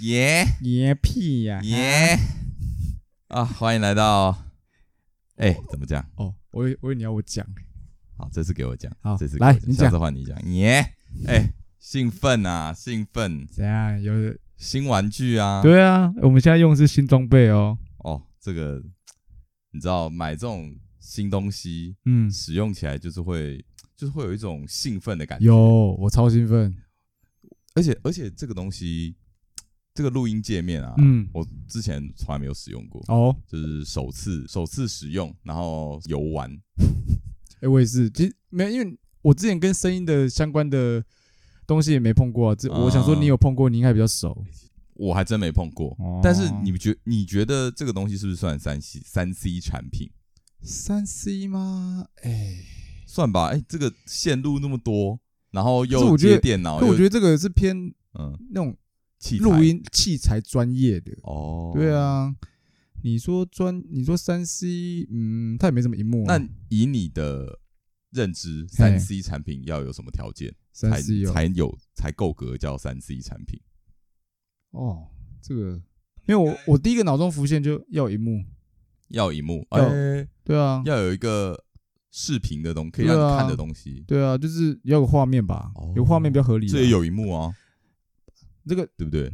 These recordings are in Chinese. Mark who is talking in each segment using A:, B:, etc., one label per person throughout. A: 耶
B: 爷屁呀、
A: 耶！ 啊，欢迎来到，哎，怎么讲？
B: 哦，我以我以为你要我讲，
A: 好，这次给我讲，
B: 好
A: 这次
B: 来你
A: 下次
B: 讲
A: 换你讲，耶！哎，兴奋啊，兴奋，
B: 怎样？有
A: 新玩具啊，
B: 对啊，我们现在用的是新装备哦。
A: 哦，这个你知道，买这种新东西，
B: 嗯，
A: 使用起来就是啊会，就是会有一种兴奋的感觉，
B: 有，我超兴奋。
A: 而且而且这个东西，这个录音界面啊，
B: 嗯，
A: 我之前从来没有使用过，
B: 哦，
A: 就是首次首次使用，然后游玩，
B: 哎、我也是，其实没有，因为我之前跟声音的相关的东西也没碰过、啊，这、
A: 啊
B: 我想说你有碰过，你应该比较熟。
A: 我还真没碰过。
B: 哦
A: 但是你觉你觉得这个东西是不是算三 C 三 C 产品？
B: 三 C 吗？哎、
A: 算吧，哎、这个线路那么多，然后
B: 可是
A: 又
B: 我觉得
A: 接电脑，
B: 可我
A: 又
B: 觉得这个是偏
A: 嗯，
B: 那种
A: 哦器材
B: 录音器材专业的。
A: 哦，
B: 对。啊，你说专，你说三 C，嗯，它也没什么荧幕、啊。
A: 那以你的认知，
B: 嘿
A: 三 C 产品要有什么条件
B: 三
A: 才
B: C 哦，
A: 才有才够格叫三 C 产品？
B: 哦，这个，因为我我第一个脑中浮现就要有荧幕，
A: 要有荧幕，哎、
B: 要对啊，
A: 要有一个视频的东可以让
B: 对
A: 你
B: 啊
A: 看的东西，
B: 对啊，就是要有画面吧，
A: 哦
B: 有画面比较合理啦。
A: 这也有荧幕啊，
B: 这个，
A: 对不对？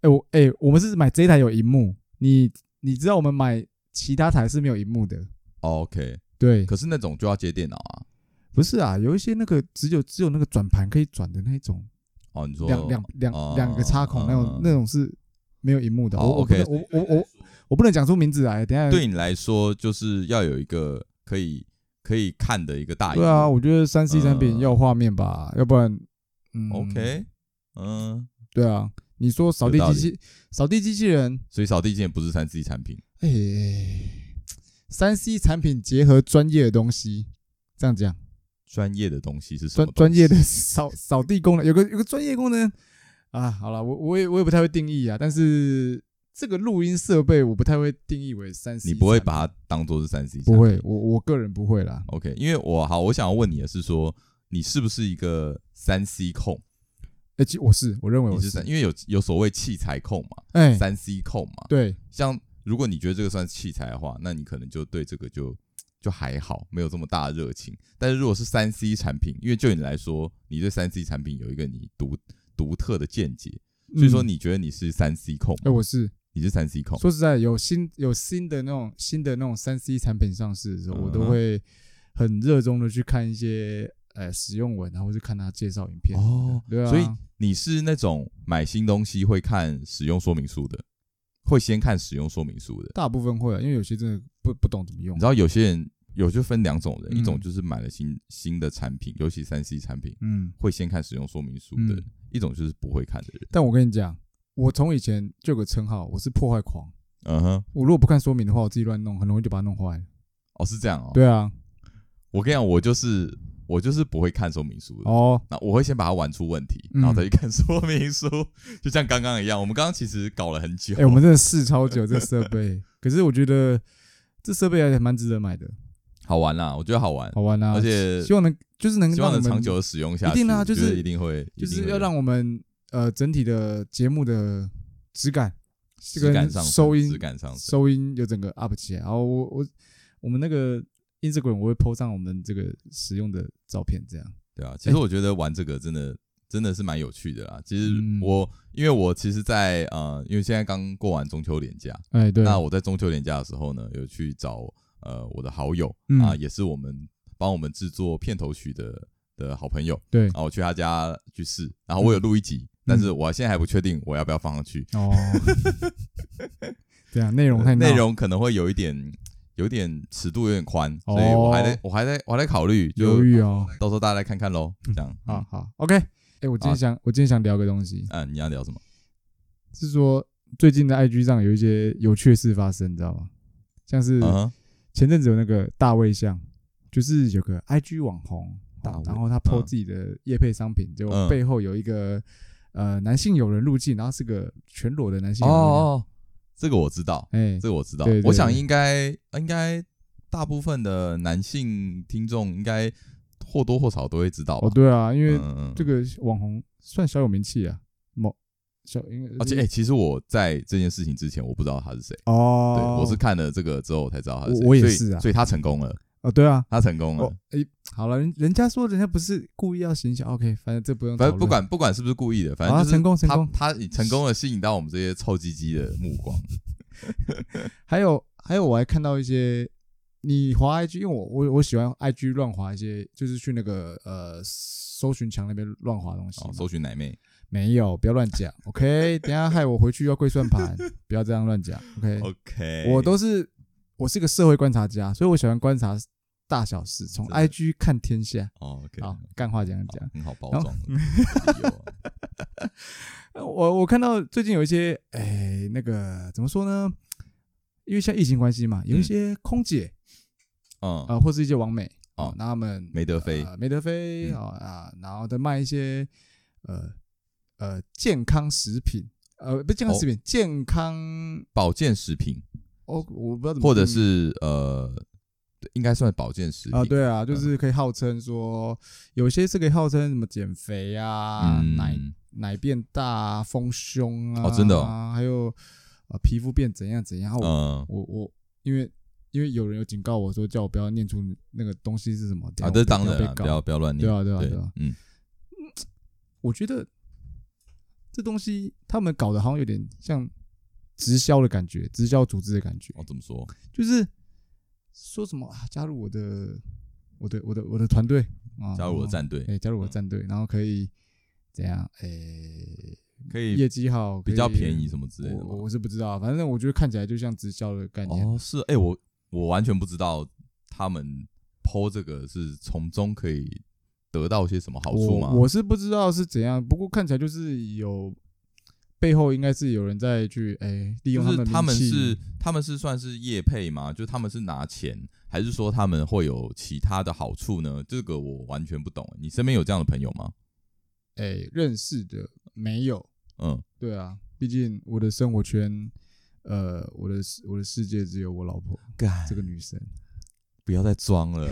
B: 哎、我哎、我们是买这一台有荧幕，你你知道我们买其他台是没有荧幕的，
A: 哦 OK，
B: 对，
A: 可是那种就要接电脑啊。
B: 不是啊，有一些那个只有只有那个转盘可以转的那一种，
A: 哦，你说
B: 两两
A: 哦
B: 两两个插孔那种、
A: 嗯
B: 那种是没有荧幕的。
A: 哦
B: 我我不
A: OK
B: 能我我我我不能讲出名字来，等一下
A: 对你来说，就是要有一个可以可以看的一个大荧幕。
B: 对啊，我觉得三 C
A: 嗯
B: 产品要有画面吧，要不然，嗯
A: OK，嗯，
B: 对啊，你说扫地
A: 有道
B: 机
A: 理
B: 器，扫地机器人，
A: 所以扫地机也不是三 C 产品。
B: 哎、三 C 产品结合专业的东西，这样讲，
A: 专业的东西是什么
B: 专
A: 东西？
B: 专业的扫扫地功能，有个有个专业功能啊。好了，我我也我也不太会定义啊，但是这个录音设备我不太会定义为三 C，
A: 你不会
B: 产品
A: 把它当做是三 C 产品？
B: 不会，我我个人不会啦。
A: OK，因为我好，我想要问你的是说，你是不是一个三 C 控？
B: 哎、其实我是我认为
A: 你
B: 我
A: 是三，因为有有所谓器材控嘛，
B: 哎、
A: 三 C 控嘛。
B: 对，
A: 像如果你觉得这个算器材的话，那你可能就对这个就就还好，没有这么大的热情。但是如果是三 C 产品，因为就你来说，你对三 C 产品有一个你独独特的见解，所以说
B: 嗯
A: 你觉得你是三 C 控
B: 哎、，我是。
A: 你是三 C 控。
B: 说实在，有新有新的那种新的那种三 C 产品上市的时候，我
A: 嗯
B: 都
A: 哼
B: 会很热衷的去看一些呃使用文，然后就看他介绍影片。
A: 哦
B: 对啊，
A: 所以你是那种买新东西会看使用说明书的，会先看使用说明书的。
B: 大部分会啊，因为有些真的不不懂怎么用
A: 你知。道有些人有就分两种人，
B: 嗯
A: 一种就是买了新新的产品，尤其三 C 产品，
B: 嗯，
A: 会先看使用说明书的；
B: 嗯
A: 一种就是不会看的人。
B: 但我跟你讲，我从以前就有个称号，我是破坏狂。
A: 嗯哼，
B: 我如果不看说明的话，我自己乱弄，很容易就把它弄坏了。
A: 哦，是这样哦。
B: 对啊，
A: 我跟你讲，我就是我就是不会看说明书的。
B: 哦，
A: 那我会先把它玩出问题，
B: 嗯
A: 然后再去看说明书， 就像刚刚一样。我们刚刚其实搞了很久，
B: 哎、我们真的试超久这设备， 可是我觉得这设备还蛮值得买的，
A: 好玩啦，我觉得好玩，
B: 好玩啊！
A: 而且
B: 希望能就是能
A: 希
B: 让
A: 望
B: 我
A: 能
B: 们
A: 长久的使用下去。
B: 一定啊
A: 我觉得
B: 就是
A: 一定会，
B: 就
A: 一定
B: 是
A: 会
B: 要让我们呃整体的节目的质感、这
A: 质感
B: 跟
A: 上升
B: 收音
A: 质感上升。
B: 收音有整个 up 起来。然后我我我们那个 Instagram 我会 po 上我们这个使用的照片，这样。
A: 对啊，其实我觉得玩这个真的、真的是蛮有趣的啦。其实
B: 嗯
A: 我、因为我其实在，呃，因为现在刚过完中秋连假，
B: 哎，对，
A: 那我在中秋连假的时候呢，有去找呃我的好友啊、
B: 嗯
A: 也是我们帮我们制作片头曲的的好朋友，
B: 对嗯
A: 然后我去他家去试，然后我有录一集，但是我现在还不确定我要不要放上去，
B: 哦，对啊，内容
A: 呃
B: 太
A: 内
B: 闹
A: 容可能会有一点。有点尺度有点宽，所以我还在、
B: 哦
A: 我还在我还在考虑，就嗯
B: 犹豫哦。
A: 到时候大家来看看喽。这样
B: 好，好，OK。哎，我
A: 好
B: 今天想我今天想聊个东西，
A: 嗯，你要聊什么？
B: 是说最近的 IG 上有一些有趣的事发生，你知道吗？像是
A: 嗯哼、
B: 前阵子有那个大卫像，就是有个 IG 网红，
A: 大卫
B: 然后他 PO 自己的业配商品，结
A: 嗯
B: 果背后有一个呃男性友人入境，然后是个全裸的男性
A: 哦
B: 友人，
A: 哦，这个我知道，
B: 哎、
A: 这个我知道。
B: 对对
A: 我想
B: 对
A: 应该应该大部分的男性听众应该或多或少都会知道吧。
B: 哦啊哦对啊，因为
A: 嗯，嗯嗯
B: 这个网红算小有名气啊，某小应该是
A: 而且哎、其实我在这件事情之前，我不知道他是谁。
B: 哦，
A: 对，我是看了这个之后我才知道他是谁。
B: 我我也
A: 所以
B: 是啊
A: 所以他成功了，
B: 哦对啊，
A: 他成功了。
B: 哦哎、好了，人人家说人家不是故意要行销，OK，反正这不用讨
A: 反
B: 论，
A: 正不管不管是不是故意的，反正
B: 好
A: 就是
B: 啊成功成
A: 他
B: 功
A: 他已成功的吸引到我们这些臭鸡鸡的目光。
B: 还有还有，我还看到一些你滑 IG，因为我我我喜欢 IG 乱滑一些，就是去那个呃搜寻墙那边乱滑东西嘛。
A: 哦，搜寻奶妹。
B: 没有，不要乱 讲。OK，等一下害我回去要跪算盘，不要这样乱讲。OK，,
A: OK，
B: 我都是我是个社会观察家，所以我喜欢观察大小事，从
A: 真的
B: IG 看天下。
A: 哦 OK，
B: 好
A: 好，
B: 干话讲讲。
A: 很好包
B: 然后
A: 装的。有啊
B: 呃我我看到最近有一些，哎，那个怎么说呢？因为现在疫情关系嘛，有一
A: 嗯
B: 些空姐
A: 嗯，
B: 啊、呃或是一些网美 哦
A: 哦，
B: 那他们
A: 梅德菲
B: 呃，梅德菲
A: 嗯
B: 哦啊，然后再卖一些呃呃健康食品，呃
A: 哦
B: 不是健康食品，健康
A: 保健食品，
B: 哦，我不知道怎么定义，
A: 或者是呃，对应该算保健食品
B: 啊，对
A: 嗯
B: 啊，就是可以号称说有些是可以号称什么减肥啊、
A: 嗯
B: 奶奶变大、啊、丰胸啊，
A: 哦真的哦
B: 啊，还有呃皮肤变怎样怎样，啊我
A: 嗯
B: 我我因为。因为有人有警告我说，叫我不要念出那个东西是什么。
A: 啊，
B: 等
A: 这
B: 一下
A: 当
B: 我被
A: 然啊，
B: 被告
A: 不要不要乱念。
B: 对啊对啊对啊
A: 嗯，
B: 我觉得这东西他们搞得好像有点像直销的感觉，直销组织的感觉，
A: 哦我怎么说？
B: 就是说什么啊，加入我的我的我的我的团队啊，
A: 加入我的
B: 然后，
A: 战队
B: 哎、，加入我的
A: 嗯
B: 战队，然后可以怎样？哎、
A: 可以
B: 业绩好，
A: 比
B: 可以
A: 较便宜。什么之类的
B: 我
A: 吗？
B: 我是不知道，反正我觉得看起来就像直销的概念。
A: 哦，是哎，我我完全不知道他们剖这个是从中可以得到些什么好处吗？
B: 我我是不知道是怎样，不过看起来就是有背后应该是有人在去哎、利
A: 就
B: 用
A: 是
B: 们
A: 他
B: 他
A: 们是他们是算是业配吗？就他们是拿钱，还是说他们会有其他的好处呢？这个我完全不懂。你身边有这样的朋友吗？
B: 哎、认识的没有，
A: 嗯，
B: 对啊，毕竟我的生活圈，呃，我的世我的世界只有我老婆
A: 干，
B: 这个女生。
A: 不要再装了，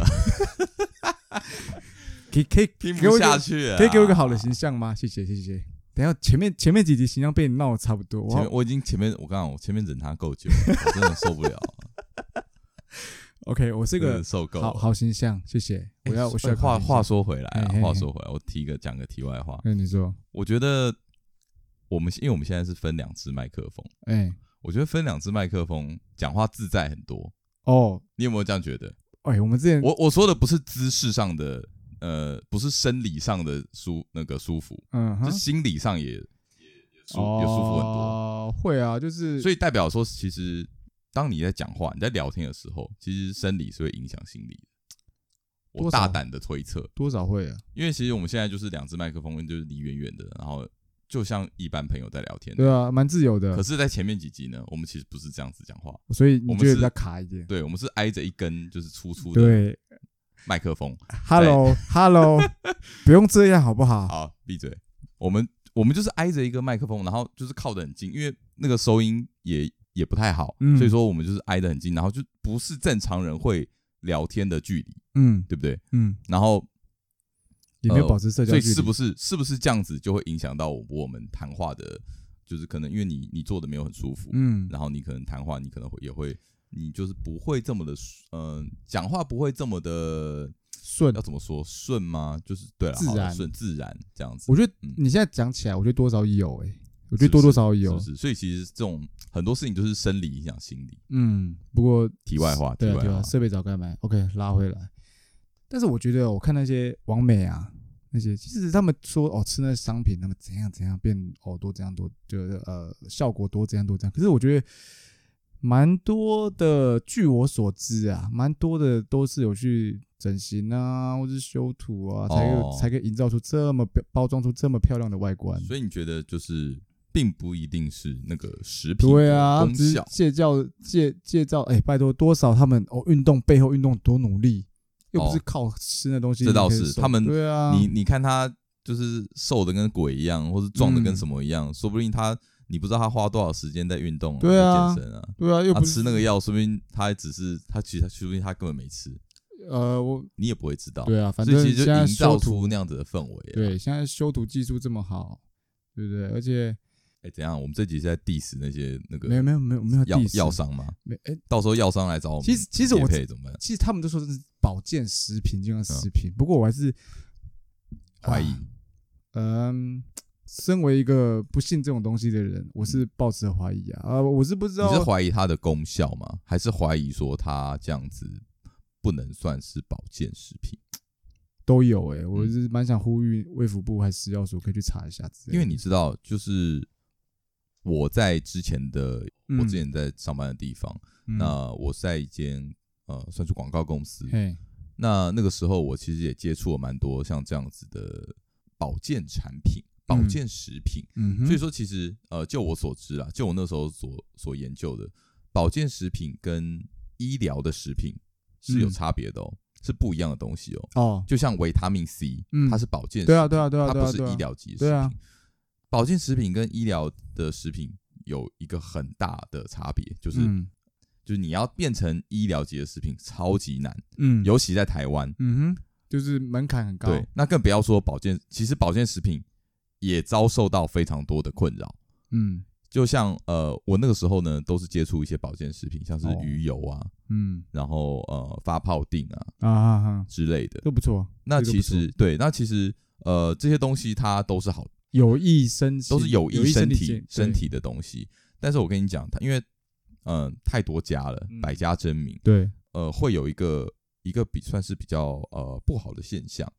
B: 可以可以
A: 听
B: 给我
A: 不
B: 一个
A: 下去了。啊
B: 可以给我一个好的形象吗？谢谢谢谢。等一下前面前面几集形象被你闹得差不多，
A: 前面
B: 我
A: 我已经前面我刚刚我前面忍他够久了，我真的受不 了，
B: OK，我是
A: 这
B: 个
A: 受够了。
B: 好好形象，谢谢。我要我需要
A: 哎话
B: 好形
A: 话
B: 象，
A: 说回来啊
B: 嘿嘿，嘿
A: 话说回来，我提一个讲个题外话，
B: 那你说，
A: 我觉得我们因为我们现在是分两支麦克风，
B: 哎
A: 我觉得分两支麦克风讲话自在很多。
B: 哦
A: 你有没有这样觉得？
B: 哎，我们之前
A: 我我说的不是姿势上的，呃，不是生理上的舒那个舒服，
B: 嗯哼
A: 是心理上也也也舒、也舒服很多。
B: 哦会啊，就是
A: 所
B: 以
A: 以代表说，其实当你在讲话、你在聊天的时候，其实生理是会影响心理的。我
B: 多少
A: 大胆的推测，
B: 多少会啊，
A: 因为其实我们现在就是两只麦克风，就是离远远的，然后就像一般朋友在聊天。
B: 对啊，蛮自由
A: 可
B: 的，
A: 是，在前面几集呢，我们其实不是这样子讲话，
B: 所以
A: 我
B: 你
A: 们
B: 觉得
A: 是
B: 比较卡一点。
A: 对我们是挨着一根就是粗粗的
B: 对
A: 麦克风。
B: ，Hello Hello，不用这样好不好？
A: 好，闭嘴。我们我们就是挨着一个麦克风，然后就是靠得很近，因为那个收音也也不太好，
B: 嗯
A: 所以说我们就是挨得很近，然后就不是正常人会聊天的距离，
B: 嗯
A: 对不对？
B: 嗯，
A: 然后
B: 也没有
A: 呃
B: 保持社交
A: 所
B: 距
A: 以
B: 离，
A: 是不是是不是这样子就会影响到我们谈话的，就是可能因为你你坐的没有很舒服，
B: 嗯
A: 然后你可能谈话你可能会也会。你就是不会这么的，嗯、讲话不会这么的，
B: 顺
A: 要。怎么说顺吗？就是对了，
B: 自
A: 好了
B: 然
A: 顺自然这样子。
B: 我觉得
A: 嗯
B: 你现在讲起来，我觉得多少有哎、我
A: 我
B: 觉得多多少少有，
A: 是不是？所以其实这种很多事情就是生理影响心理。
B: 嗯。不过
A: 题外话，题
B: 对啊
A: 外
B: 对啊，
A: 话，
B: 设备早该买，OK 拉回来。但是我觉得我看那些网美啊，那些其实他们说哦吃那些商品，他们怎样怎样变哦多怎样多，就是呃效果多怎样多怎样。可是我觉得蛮多的，据我所知啊，蛮多的都是有去整形啊，或是修图啊，才有、
A: 哦
B: 才可以营造出这么包装出这么漂亮的外观。
A: 所以你觉得就是并不一定是那个食品
B: 对
A: 的
B: 啊，
A: 功
B: 只是
A: 效
B: 借教借借照，哎、拜托，多少他们哦，运动背后运动多努力，又不是
A: 哦
B: 靠吃那东西
A: 这
B: 可以瘦。
A: 倒是他们
B: 对啊，
A: 你你看他就是瘦的跟鬼一样，或是壮的跟
B: 嗯
A: 什么一样，说不定他你不知道他花多少时间在运动、
B: 对啊
A: 在健身啊。
B: 对啊，又
A: 他
B: 不是
A: 吃那个药，说不定他只是他其实他说不定他根本没吃，
B: 呃，我
A: 你也不会知道。
B: 对啊，反
A: 哦所以
B: 正
A: 其实
B: 现
A: 就
B: 在
A: 营造
B: 修
A: 出
B: 图，
A: 那样子的氛围啊。
B: 对，现在修图技术这么好，对不对？而且
A: 哎，怎样？我们这集是在 diss 那些那个
B: 没有没有没有没有
A: 药
B: diss
A: 药商吗？
B: 没哎，
A: 到时候药商来找我们，
B: 其实其实我
A: 配怎么办？
B: 其实他们都说这是保健食品，就像食品。不过我还是
A: 嗯怀疑
B: 啊嗯、身为一个不信这种东西的人，我是抱持怀疑啊。啊，我是不知
A: 你是
B: 道，
A: 怀疑它的功效吗？还是怀疑说它这样子不能算是保健食品？
B: 都有哎、
A: 嗯
B: 我是蛮想呼吁卫福部还是食药署可以去查一下之类的
A: 因为你知道，就是我在之前的，我之、前在上班的地方，
B: 嗯嗯
A: 那我在一间呃算是广告公司，
B: 嘿，
A: 那那个时候我其实也接触了蛮多像这样子的保健产品、保
B: 嗯
A: 健食品。
B: 嗯哼，
A: 所以说，其实呃，就我所知啦，就我那时候所所研究的，保健食品跟医疗的食品是有
B: 嗯
A: 差别的哦，是不一样的东西哦。
B: 哦，
A: 就像维他命 C，、
B: 嗯
A: 它是保健食品，
B: 对啊，对啊，对啊，
A: 它
B: 对啊，
A: 不是
B: 对啊
A: 医疗级食品。
B: 对啊
A: 保健食品跟医疗的食品有一个很大的差别，就是、
B: 嗯
A: 就是你要变成医疗级的食品超级难，
B: 嗯
A: 尤其在台湾。
B: 嗯哼，就是门槛很高，
A: 对，那更不要说保健，其实保健食品也遭受到非常多的困扰。
B: 嗯
A: 就像呃，我那个时候呢，都是接触一些保健食品，像是
B: 哦
A: 鱼油啊，
B: 嗯
A: 然后呃发泡锭啊
B: 啊哈哈，
A: 之类的。
B: 都不错，
A: 那
B: 这个
A: 其
B: 不错
A: 实对，那其实呃这些东西它都是好，
B: 有益身心
A: 都是有
B: 有
A: 益身
B: 体
A: 体
B: 健
A: 身体的东西。但是我跟你讲，它因为嗯、呃太多家了
B: 嗯，
A: 百家争鸣，
B: 对
A: 呃会有一个一个比算是比较呃不好的现象，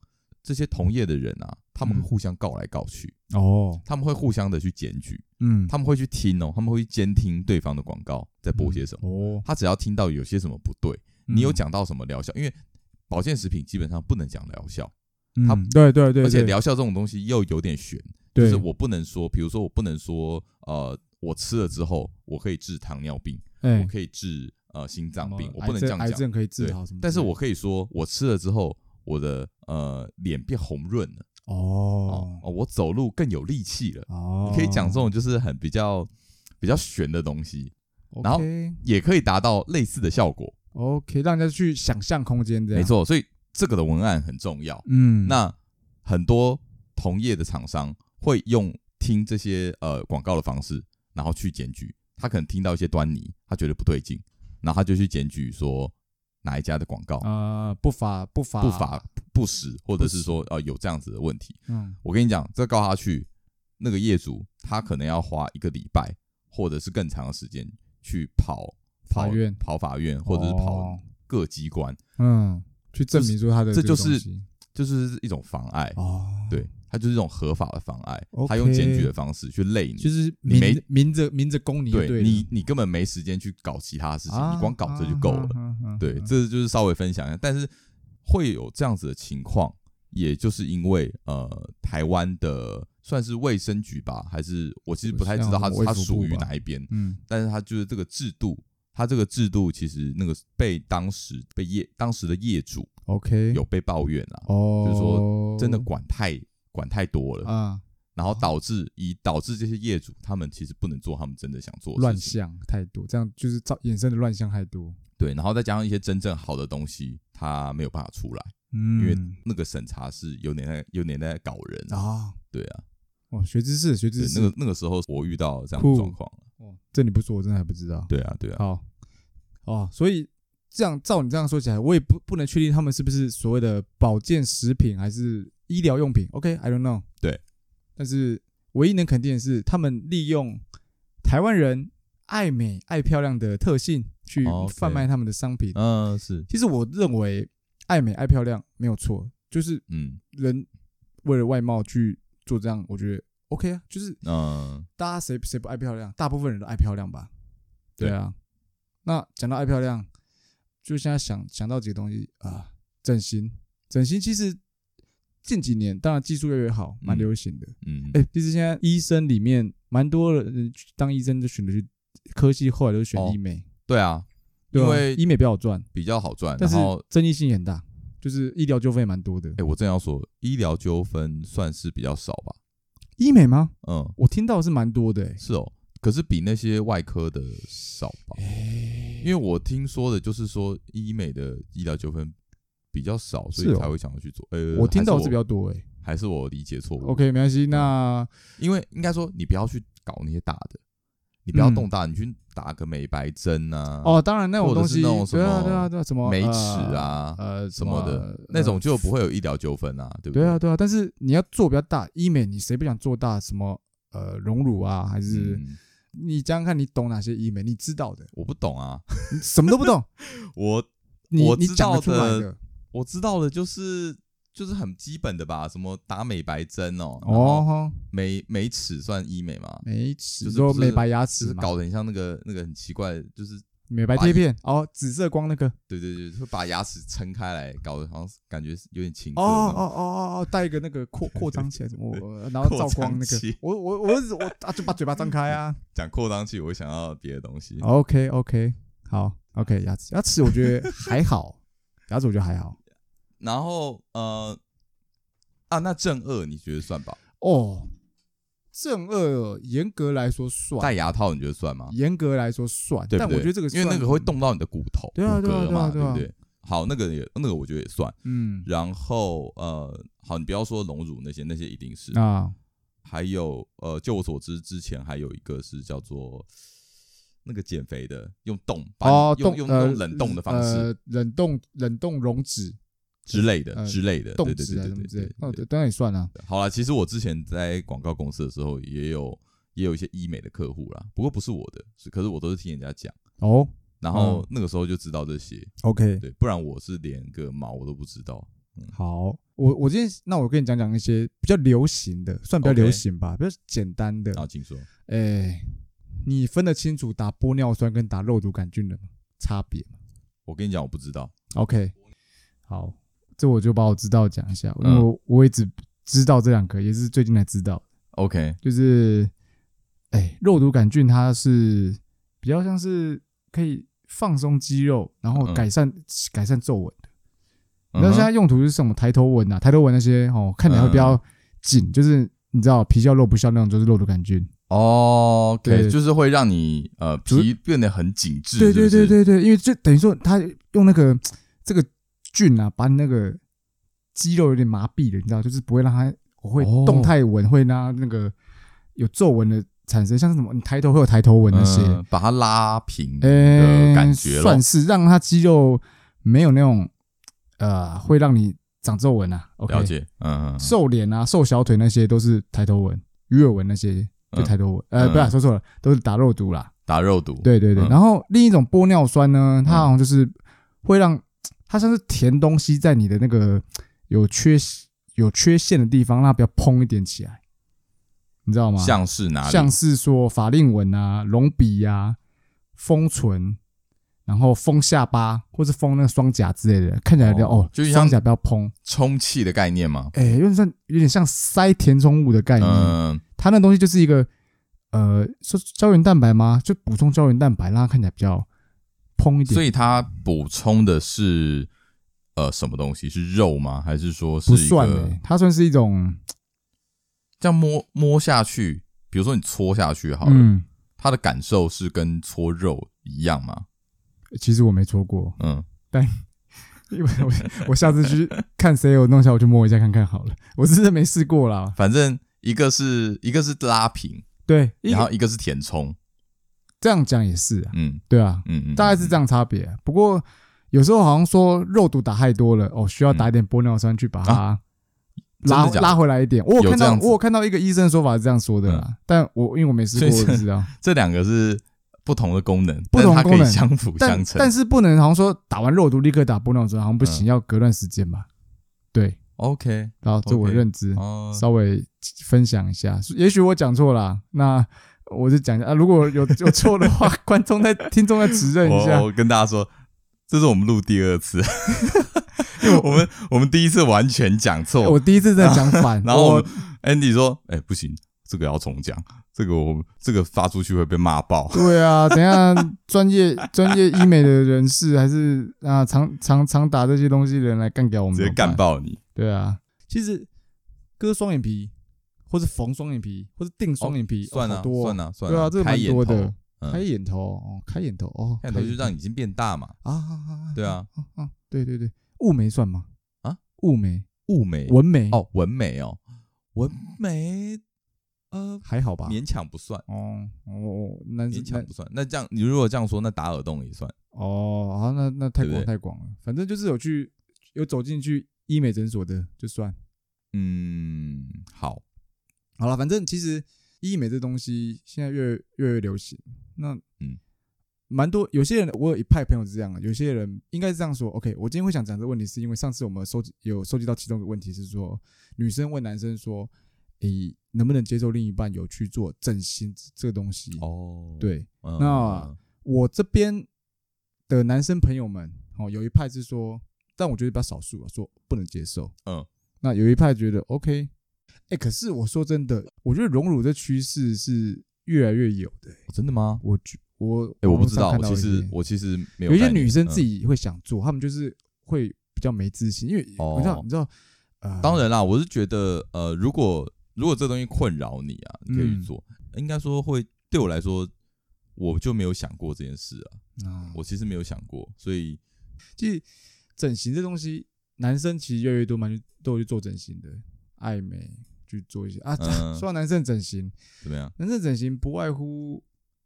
A: 这些同业的人啊，他们会
B: 嗯
A: 互相告来告去，
B: 对哦，
A: 他们会互相的去检举，
B: 嗯，
A: 他们会去听哦，他们会去监听对方的广告在播些什么。
B: 哦，
A: 他只要听到有些什么不对，你有
B: 嗯
A: 讲到什么疗效，因为保健食品基本上不能讲疗效，
B: 嗯
A: 他
B: 对对对，
A: 而且
B: 对
A: 疗效这种东西又有点悬，就
B: 对
A: 是我不能说，比如说我不能说，呃，我吃了之后我可以治糖尿病，
B: 哎
A: 我可以治呃心
B: 什
A: 脏
B: 么
A: 病，我
B: 癌
A: 不能
B: 症
A: 这样
B: 哦癌
A: 讲。
B: 症可以治
A: 对
B: 好什么之类的？
A: 但是我可以说，我吃了之后，我的呃脸变红润了，哦
B: 哦，
A: 哦，我走路更有力气了。
B: 哦，
A: 你可以讲这种就是很比较比较悬的东西，然后
B: 哦 OK
A: 也可以达到类似的效果。
B: OK，让人家去想象空间这样，
A: 没，错，所以这个的文案很重要。
B: 啊嗯，
A: 那很多同业的厂商会用听这些呃广告的方式，然后去检举。他可能听到一些端倪，他觉得不对劲，然后他就去检举说哪一家的广告
B: 呃不法不法
A: 不法，、不实，或者
B: 不
A: 是
B: 实
A: 说呃有这样子的问题。
B: 嗯
A: 我跟你讲，这告他去，那个业主他可能要花一个礼拜，或者是更长的时间去跑跑
B: 法院
A: 跑法院，或者是跑
B: 哦
A: 各机关，
B: 嗯，去证
A: 就是
B: 明说他的
A: 这
B: 个
A: 就
B: 东
A: 是
B: 西
A: 就是一种妨碍。
B: 哦，
A: 对，它就是一种合法的妨碍，
B: OK
A: 他用检举的方式去累你，
B: 就是
A: 你
B: 明
A: 没
B: 着明着明着供你就
A: 对
B: 了
A: 你，你根本没时间去搞其他事情，
B: 啊
A: 你光搞这就够了。
B: 啊啊啊啊
A: 对，这就是稍微分享一下，但是会有这样子的情况，也就是因为呃，台湾的算是卫生局吧，还是我其实不太知道它
B: 像卫
A: 它
B: 福
A: 属
B: 部
A: 于
B: 吧
A: 哪一边，
B: 嗯
A: 但是它就是这个制度。它这个制度其实那个被当时被业当时的业主
B: OK
A: 有被抱怨啊，
B: 哦，
A: 就是说真的管太管太多了，
B: 啊
A: 然后导致以导致这些业主他们其实不能做他们真的想做的
B: 乱
A: 事情，
B: 象太多，这样就是造衍生的乱象太多，
A: 对，然后再加上一些真正好的东西，他没有办法出来，
B: 嗯，
A: 因为那个审查是有点在有点在搞人啊，
B: 啊，
A: 对啊，
B: 哦，学知识学
A: 对
B: 知，识，
A: 那个那个时候我遇到这样的
B: 酷
A: 状况，啊
B: 哦，这你不说我真的还不知道。
A: 对啊，对啊，
B: 好，哦，所以这样照你这样说起来，我也不不能确定他们是不是所谓的保健食品还是医疗用品。OK，I、don't know。
A: 对，
B: 但是唯一能肯定的是，他们利用台湾人爱美爱漂亮的特性去
A: 哦 OK
B: 贩卖他们的商品。
A: 嗯，是，
B: 其实我认为爱美爱漂亮没有错，就是
A: 嗯
B: 人为了外貌去做这样，我觉得 OK 啊，就是
A: 嗯，
B: 大家谁谁不爱漂亮？大部分人都爱漂亮吧？
A: 对
B: 对啊。那讲到爱漂亮，就现在想想到几个东西啊、整形，整形其实近几年当然技术越来越好，蛮
A: 嗯
B: 流行的。
A: 嗯，
B: 哎、其实现在医生里面蛮多人去当医生就选择去科系，后来都选
A: 哦
B: 医美，
A: 对啊，
B: 对
A: 因
B: 啊
A: 为
B: 医美比较好赚，
A: 比较好赚，
B: 但
A: 然
B: 是
A: 后
B: 争议性也很大，就是医疗纠纷也蛮多的。
A: 哎，我正要说医疗纠纷算是比较少吧，
B: 医美吗？
A: 嗯，
B: 我听到是蛮多的、欸，
A: 是哦，可是比那些外科的少吧。因为我听说的就是说医美的医疗纠纷比较少，所
B: 是
A: 以
B: 哦
A: 才会想要去做。呃，
B: 我听到
A: 还
B: 是
A: 是
B: 比较多、欸，
A: 还是我理解错误。啊
B: OK，没关系，那。
A: 因为应该说你不要去搞那些大的，你不要
B: 嗯
A: 动大，你去打个美白针啊，
B: 哦，当然那种
A: 或者
B: 东
A: 是
B: 西，
A: 那种什
B: 对啊
A: 么
B: 对啊对啊，什么
A: 美齿
B: 呃
A: 啊
B: 呃
A: 什么的，
B: 呃
A: 那种就不会有医疗纠纷啊，对不
B: 对啊，对啊，但是你要做比较大，医美你谁不想做大？什么呃隆乳啊，还是、
A: 嗯，
B: 你想想看，你懂哪些医美？你知道的，
A: 我不懂啊，
B: 你什么都不懂，
A: 我
B: 你
A: 我
B: 你
A: 知
B: 讲得
A: 道
B: 出来
A: 的
B: 的
A: 我知道的就是就是很基本的吧，什么打美白针哦，然后
B: 哦，
A: 美美齿算医美吗？
B: 美齿
A: 就是
B: 说
A: 不是
B: 美白牙
A: 就
B: 齿
A: 是
B: 嘛，
A: 搞得很像那个那个很奇怪的，就是
B: 美白
A: 把
B: 贴
A: 你
B: 片，哦，紫色光那个，
A: 对对对，会把牙齿撑开来，搞得好像是感觉是有点情色
B: 哦
A: 那
B: 哦
A: 种。
B: 哦哦哦，带一个那个扩扩张起来， 我我然后
A: 扩
B: 照光
A: 张
B: 那个
A: 器，
B: 我我我我啊就把嘴巴张开啊
A: 讲扩张器，我会想到别的东西。
B: ，OK OK，好 OK 牙齿牙齿我觉得还好， 牙齿我觉得还好
A: 然后呃啊，那正二你觉得算吧？
B: 哦，正二严格来说
A: 戴
B: 算，
A: 牙套你觉得算吗？
B: 严格来说算，
A: 对不
B: 但
A: 对
B: 我觉得这个
A: 因为那
B: 算
A: 个会，动到你的骨头、
B: 对啊
A: 骨
B: 对啊
A: 骼嘛，
B: 对啊对啊
A: 不对？好，那个也那个我觉得也算。
B: 嗯
A: 然后呃，好，你不要说隆乳那些，那些一定是。
B: 啊
A: 还有呃，就我所知，之前还有一个是叫做那个减肥的，用冻把你
B: 哦
A: 用
B: 冻
A: 用
B: 呃
A: 用冷冻的方式、
B: 呃冷冻冷冻溶脂
A: 之类的、
B: 呃
A: 之类的，
B: 冻
A: 对对
B: 脂
A: 对
B: 啊
A: 对
B: 什么
A: 对
B: 之类
A: 对
B: 的，哦
A: 对
B: 当然也算了，
A: 好啦，其实我之前在广告公司的时候，也有也有一些医美的客户啦，不过不是我的，是可是我都是听人家讲，
B: 哦
A: 然后那个时候就知道这些，
B: OK
A: 对，不然我是连个毛我都不知道。
B: 好，我我今天那我跟你讲讲一些比较流行的，算比较
A: OK
B: 流行吧比较简单的
A: 然。后请说，
B: 哎、你分得清楚打玻尿酸跟打肉毒杆菌的吗差别吗
A: 我跟你讲，我不知道，
B: ？OK，好，这我就把我知道讲一下，因
A: 嗯
B: 为我我也只知道这两个，也是最近才知道，
A: OK，
B: 就是哎、肉毒杆菌它是比较像是可以放松肌肉，然后
A: 嗯
B: 改善、改善皱纹。
A: 嗯
B: 那
A: 哼
B: 现在用途是什么？抬头纹啊，抬头纹那些哦，看起来会比
A: 嗯
B: 较紧，就是你知道皮笑肉不笑那种，就是肉毒杆菌。
A: 哦，OK，
B: 对
A: 就是会让你呃
B: 就是
A: 皮变得很紧致，是
B: 对对
A: 不
B: 对
A: 是，
B: 对对，因为就等于说他用那个这个菌啊，把你那个肌肉有点麻痹了，你知道，就是不会让它我会
A: 哦
B: 动态纹，会让它那个有皱纹的产生，像是什么你抬头会有抬头纹那些，
A: 嗯把它拉平的
B: 呃，
A: 嗯感觉了
B: 算。是让它肌肉没有那种呃会让你长皱纹啊。OK，
A: 了解，嗯，嗯嗯
B: 瘦脸啊、瘦小腿那些都是抬头纹、鱼尾纹那些就抬头纹，呃，
A: 嗯
B: 不是说错了，都是打肉毒啦。
A: 打肉毒，
B: 对对对，
A: 嗯
B: 然后另一种玻尿酸呢，它
A: 嗯
B: 好像就是会让它像是填东西在你的那个有缺有缺陷的地方，让它比较嘭一点起来，你知道吗？
A: 像是哪里？
B: 像是说法令纹啊、隆鼻啊、丰唇。然后丰下巴，或是丰那个双颊之类的，看起来比较
A: 哦
B: 哦，
A: 就是像
B: 双颊比较嘭，
A: 充气的概念吗？
B: 哎，有点像有点像塞填充物的概念，
A: 嗯，
B: 它那东西就是一个呃，说胶原蛋白吗？就补充胶原蛋白，让它看起来比较嘭一点。
A: 所以它补充的是呃什么东西？是肉吗？还是说是一
B: 不算、
A: 个
B: 欸，它算是一种
A: 这样摸摸下去？比如说你搓下去好了，
B: 嗯，
A: 它的感受是跟搓肉一样吗？
B: 其实我没搓过，
A: 嗯，
B: 因为我我下次去看谁有弄一下，我就摸一下看看好了。 我真的没试过啦。
A: 反正一个是一个是拉平，
B: 对，一
A: 然后
B: 个
A: 一个是填充，
B: 这样讲也是啊，
A: 嗯
B: 对啊，
A: 嗯嗯，
B: 大概是这样差别啊、不过有时候好像说肉毒打太多了，哦，需要打一点玻尿酸去把它、
A: 嗯啊真的
B: 拉
A: 假的
B: 拉回来一点，我有
A: 有
B: 看
A: 这
B: 到
A: 样子嗯
B: 我有看到一个医生的说法是这样说的啦，但我因为我没试过，
A: 所以
B: 我不知道。
A: 这两个是不同的功能，
B: 不同
A: 但是它可
B: 功
A: 以
B: 能
A: 相辅
B: 但
A: 相成。
B: 但是不能好像说打完肉毒立刻打玻尿酸，好像不行，
A: 嗯
B: 要隔段时间吧？对，
A: OK，
B: 然后这我
A: OK，
B: 认知
A: 哦，
B: 稍微分享一下，也许我讲错啦，那我就讲一下啊，如果有有错的 话，观众在听众在指认一下
A: 我。我跟大家说，这是我们录第二 次，因为我们我们第一次完全讲错，
B: 哎我第一次在讲反，
A: 然后我
B: 我
A: 们 Andy 说：“哎、不行，这个要重讲，这个我这个发出去会被骂爆。
B: 对啊，等一下专业专业医美的人士还是啊常常常打这些东西的人来干掉我”们，
A: 直接干
B: 吧。
A: 爆你，
B: 对啊，其实割双眼皮，或是缝双眼皮，或是定双眼皮，
A: 算
B: 了、
A: 了、
B: 好多哦
A: 算了、算
B: 对
A: 了、
B: 啊，这个
A: 开
B: 蛮
A: 眼
B: 多
A: 头，
B: 的。
A: 嗯
B: 开眼头哦，开眼头哦，
A: 开眼头就让你已经变大 嘛，
B: 啊啊啊啊，
A: 对啊，
B: 啊啊，对对对，雾眉算吗？
A: 啊，哦
B: 雾眉、
A: 雾眉
B: 纹眉
A: 哦，纹眉哦，纹眉呃，
B: 还好吧？
A: 勉强不算，
B: 哦哦，那
A: 勉
B: 那
A: 强不算。那这样，你如果这样说，那打耳洞也算。
B: 哦，好，那那太
A: 对不
B: 广
A: 对
B: 太广了，反正就是有去有走进去医美诊所的就算
A: 嗯，好，
B: 好了，反正其实医美这东西现在越越来越流行，那
A: 嗯。
B: 蛮多，有些人我有一派朋友是这样啊的，有些人应该是这样说。OK，我今天会想讲这个问题，是因为上次我们收集有收集到其中一个问题是说，女生问男生说，诶、能不能接受另一半有去做整形这个东西？
A: 哦，
B: 对，
A: 嗯，
B: 那我这边的男生朋友们，哦，有一派是说，但我觉得比较少数啊，说不能接受。
A: 嗯，
B: 那有一派觉得 OK，哎、诶可是我说真的，我觉得荣辱这趋势是越来越有的、
A: 哦真的吗？
B: 我觉我
A: 哎、我不知
B: 网络上
A: 道，
B: 看
A: 我
B: 到
A: 其
B: 一
A: 实
B: 些
A: 我其实没
B: 有一些
A: 概念
B: 女生自、
A: 嗯
B: 己会想做，她们就是会比较没自信，因为你知道，
A: 哦
B: 你知道，呃，
A: 当然啦，我是觉得，呃，如果如果这东西困扰你啊，你可以去
B: 嗯
A: 做。应该说会对我来说，我就没有想过这件事啊，
B: 啊，
A: 我其实没有想过，所 以
B: 其实整形这东西，男生其实越来越多蛮都有去做整形的，爱美去做一些啊。
A: 嗯
B: 说到男生整形，
A: 怎么样？
B: 男生整形不外乎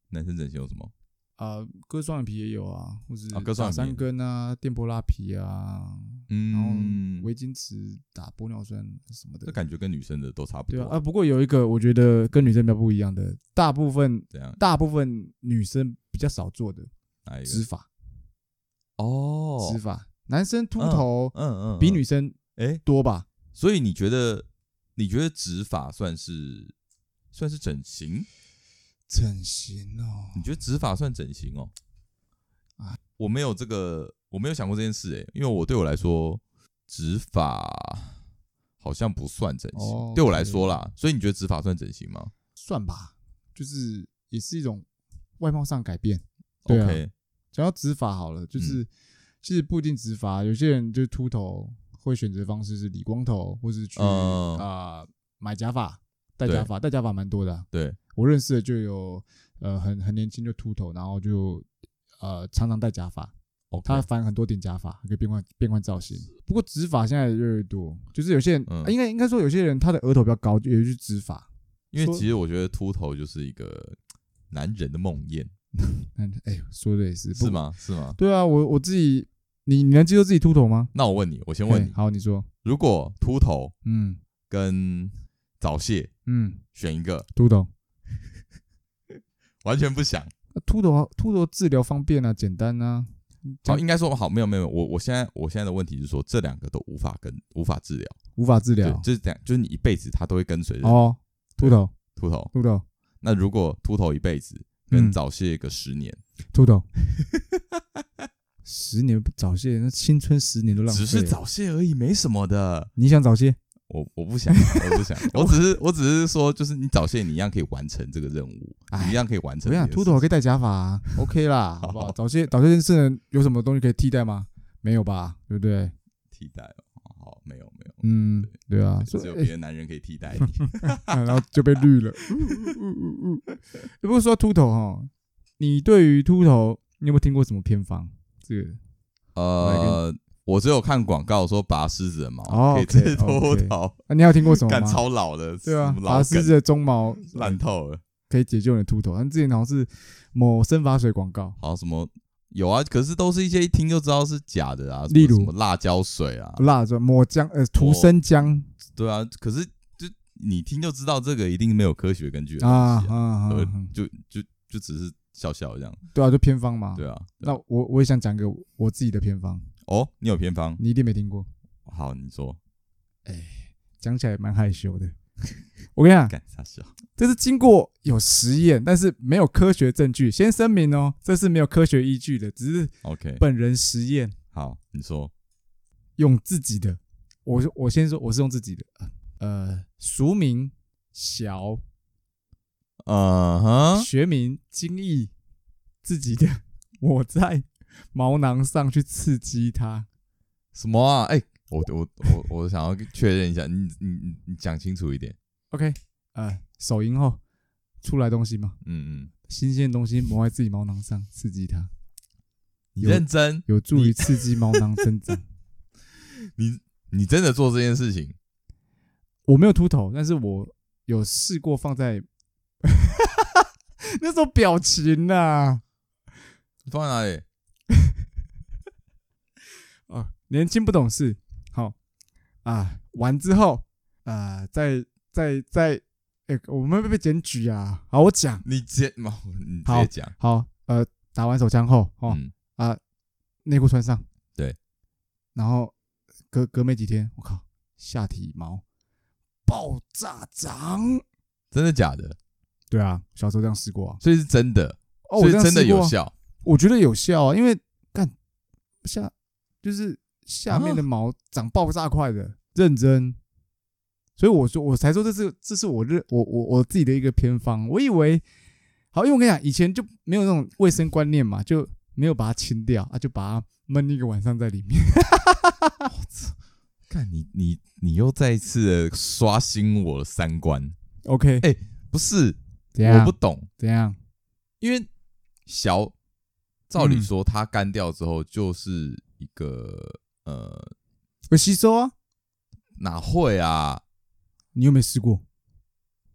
A: 男生整形有什么？
B: 啊割双眼皮也有啊，或是
A: 啊割双
B: 打
A: 眼皮
B: 三根啊，电波拉皮啊，然后
A: 嗯，
B: 维京池打玻尿酸什么
A: 这
B: 的，
A: 感觉跟女生的都差不
B: 对
A: 多
B: 啊。啊，不过有一个我觉得跟女生比较不一样的，大部分
A: 怎样？
B: 大部分女生比较少做的
A: 哪一
B: 植
A: 个？
B: 发，
A: 哦
B: 植，发，男生秃头
A: 嗯嗯，
B: 比
A: 嗯
B: 女生
A: 哎、
B: 多吧？
A: 所以你觉得你觉得植发算是算是整形？
B: 整形哦，
A: 你觉得植发算整形哦？
B: 啊
A: 我没有这个，我没有想过这件事诶、因为我对我来说，植发好像不算整形，
B: 哦
A: 对我
B: OK
A: 来说啦。所以你觉得植发算整形吗
B: 算吧，就是也是一种外貌上改变。对啊
A: o k
B: 讲到植发好了，
A: 嗯
B: 就是、其实不一定植发，有些人就秃头会选择方式是理光头，或是去啊、
A: 嗯
B: 呃买假发、戴
A: 对
B: 假发、戴假发蛮多的啊、
A: 对，
B: 我认识的就有呃很很年轻就秃头，然后就呃常常戴假发，
A: o k
B: 他反而很多顶假发，还可以变换变换造型。不过植发现在越来越多，就是有些人、啊
A: 嗯
B: 应该应该说有些人他的额头比较高，也就是植发。
A: 因为
B: 说
A: 其实我觉得秃头就是一个男人的梦魇，
B: 嗯，哎、说的也是，不
A: 是吗？是吗？
B: 对啊，我我自己，你你能接受自己秃头吗？
A: 那我问你，我先
B: 嘿
A: 问你，
B: 好，你说，
A: 如果秃头
B: 嗯
A: 跟早泄
B: 嗯，
A: 选一个，
B: 秃头，
A: 完全不想。
B: 啊秃头啊，秃头治疗方便啊，简单啊，
A: 好，
B: 这样
A: 应该说好，没有没有，我我现在我现在的问题是说，这两个都无法跟无法治疗。
B: 无法治
A: 对
B: 疗，。
A: 就是这样，就是你一辈子它都会跟随着
B: 啊哦，秃头，
A: 秃头。
B: 秃头，
A: 那如果秃头一辈子，
B: 嗯
A: 跟早泄个十年，
B: 秃头，十年早泄，那青春十年都浪费
A: 只
B: 了。
A: 是早泄而已，没什么的。
B: 你想早泄？
A: 我我不想，我不想，我只是我只是说，就是你早泄，你一样可以完成这个任务，
B: 哎
A: 你一样可以完成这
B: 我
A: 件
B: 想
A: 事情。
B: 秃头可以戴假发、 啊、，OK 啦，好不好？早泄早泄是能有什么东西可以替代吗？没有吧，对不对？
A: 替代哦，好，没有没有，
B: 嗯，对啊，所以
A: 只有别的男人可以替 代你。
B: 啊然后就被绿了。呜呜呜呜呜不过说到秃头哈，你对于秃头，你有没有听过什么偏方？这个
A: 呃，我只有看广告说拔狮子的毛
B: 哦
A: 可以
B: OK，
A: 治秃
B: OK
A: 头，
B: 啊，你还有听过什么
A: 干
B: 吗？
A: 超老的，
B: 对啊
A: 什么，老
B: 拔狮子
A: 梗
B: 的鬃毛
A: 烂透了。
B: 可以解救你的秃头。但之前好像是某生发水广告，
A: 好什么有啊，可是都是一些一听就知道是假的啊，什么
B: 例如
A: 什么辣椒水啊，
B: 辣椒抹姜呃涂
A: 哦
B: 生姜
A: 对啊，可是就你听就知道这个一定没有科学根据的东
B: 啊
A: 西
B: 啊
A: 啊，
B: 啊，
A: 呃
B: 啊
A: 就就就只是笑笑这样，
B: 对啊，就偏方嘛。
A: 对啊。
B: 那我我也想讲一个我自己的偏方，
A: 哦，你有偏方，
B: 你一定没听过，
A: 好，你说，
B: 讲起来蛮害羞的。 我跟你讲，
A: 干啥笑？
B: 这是经过有实验，但是没有科学证据。先声明哦，这是没有科学依据的，只是
A: OK，
B: 本人实验
A: 好，你说，
B: 用自己的。我我先说，我是用自己的，呃，俗名小，
A: 嗯哼，
B: 学名精益，自己的， 我在毛囊上去刺激它。
A: 什么啊？哎，我我我我想要确认一下，你你你你讲清楚一点，
B: OK，呃，手淫后出来东西嘛，
A: 嗯嗯，
B: 新鲜的东西抹在自己毛囊上刺激它，
A: 你
B: 有
A: 认真，
B: 有助于
A: 你
B: 刺激毛囊 生长。
A: 你你真的做这件事情，
B: 我没有秃头，但是我有试过放在 那种表情呐、啊。
A: 你放在哪里？
B: 哦，年轻不懂事，好啊，完之后，呃，再再再，哎、我们会被检举啊。好，我讲，
A: 你直接，妈你直
B: 好
A: 接讲。
B: 好，呃，打完手枪后，哦，
A: 嗯，
B: 内裤穿上，
A: 对，
B: 然后隔隔没几天，我靠，下体毛爆炸长，
A: 真的假的？
B: 对啊，小时候这样试过啊，
A: 所以是真的，所
B: 哦，我
A: 以
B: 这样
A: 真的
B: 试过
A: 有
B: 啊，
A: 效。
B: 我觉得有效啊，因为干下就是下面
A: 啊
B: 的毛长爆炸快的，认真。所以我说，我才说这是这是我认我我我自己的一个偏方。我以为好，因为我跟你讲，以前就没有那种卫生观念嘛，就没有把它清掉啊，就把它闷一个晚上在里面。
A: 看你你你又再一次的刷新我的三观。
B: OK，
A: 哎不是，
B: 怎
A: 我
B: 样？
A: 不懂，
B: 怎样？
A: 因为小，照理
B: 嗯
A: 说它干掉之后就是一个呃，
B: 会吸收啊？
A: 哪会啊？
B: 你有没有试过？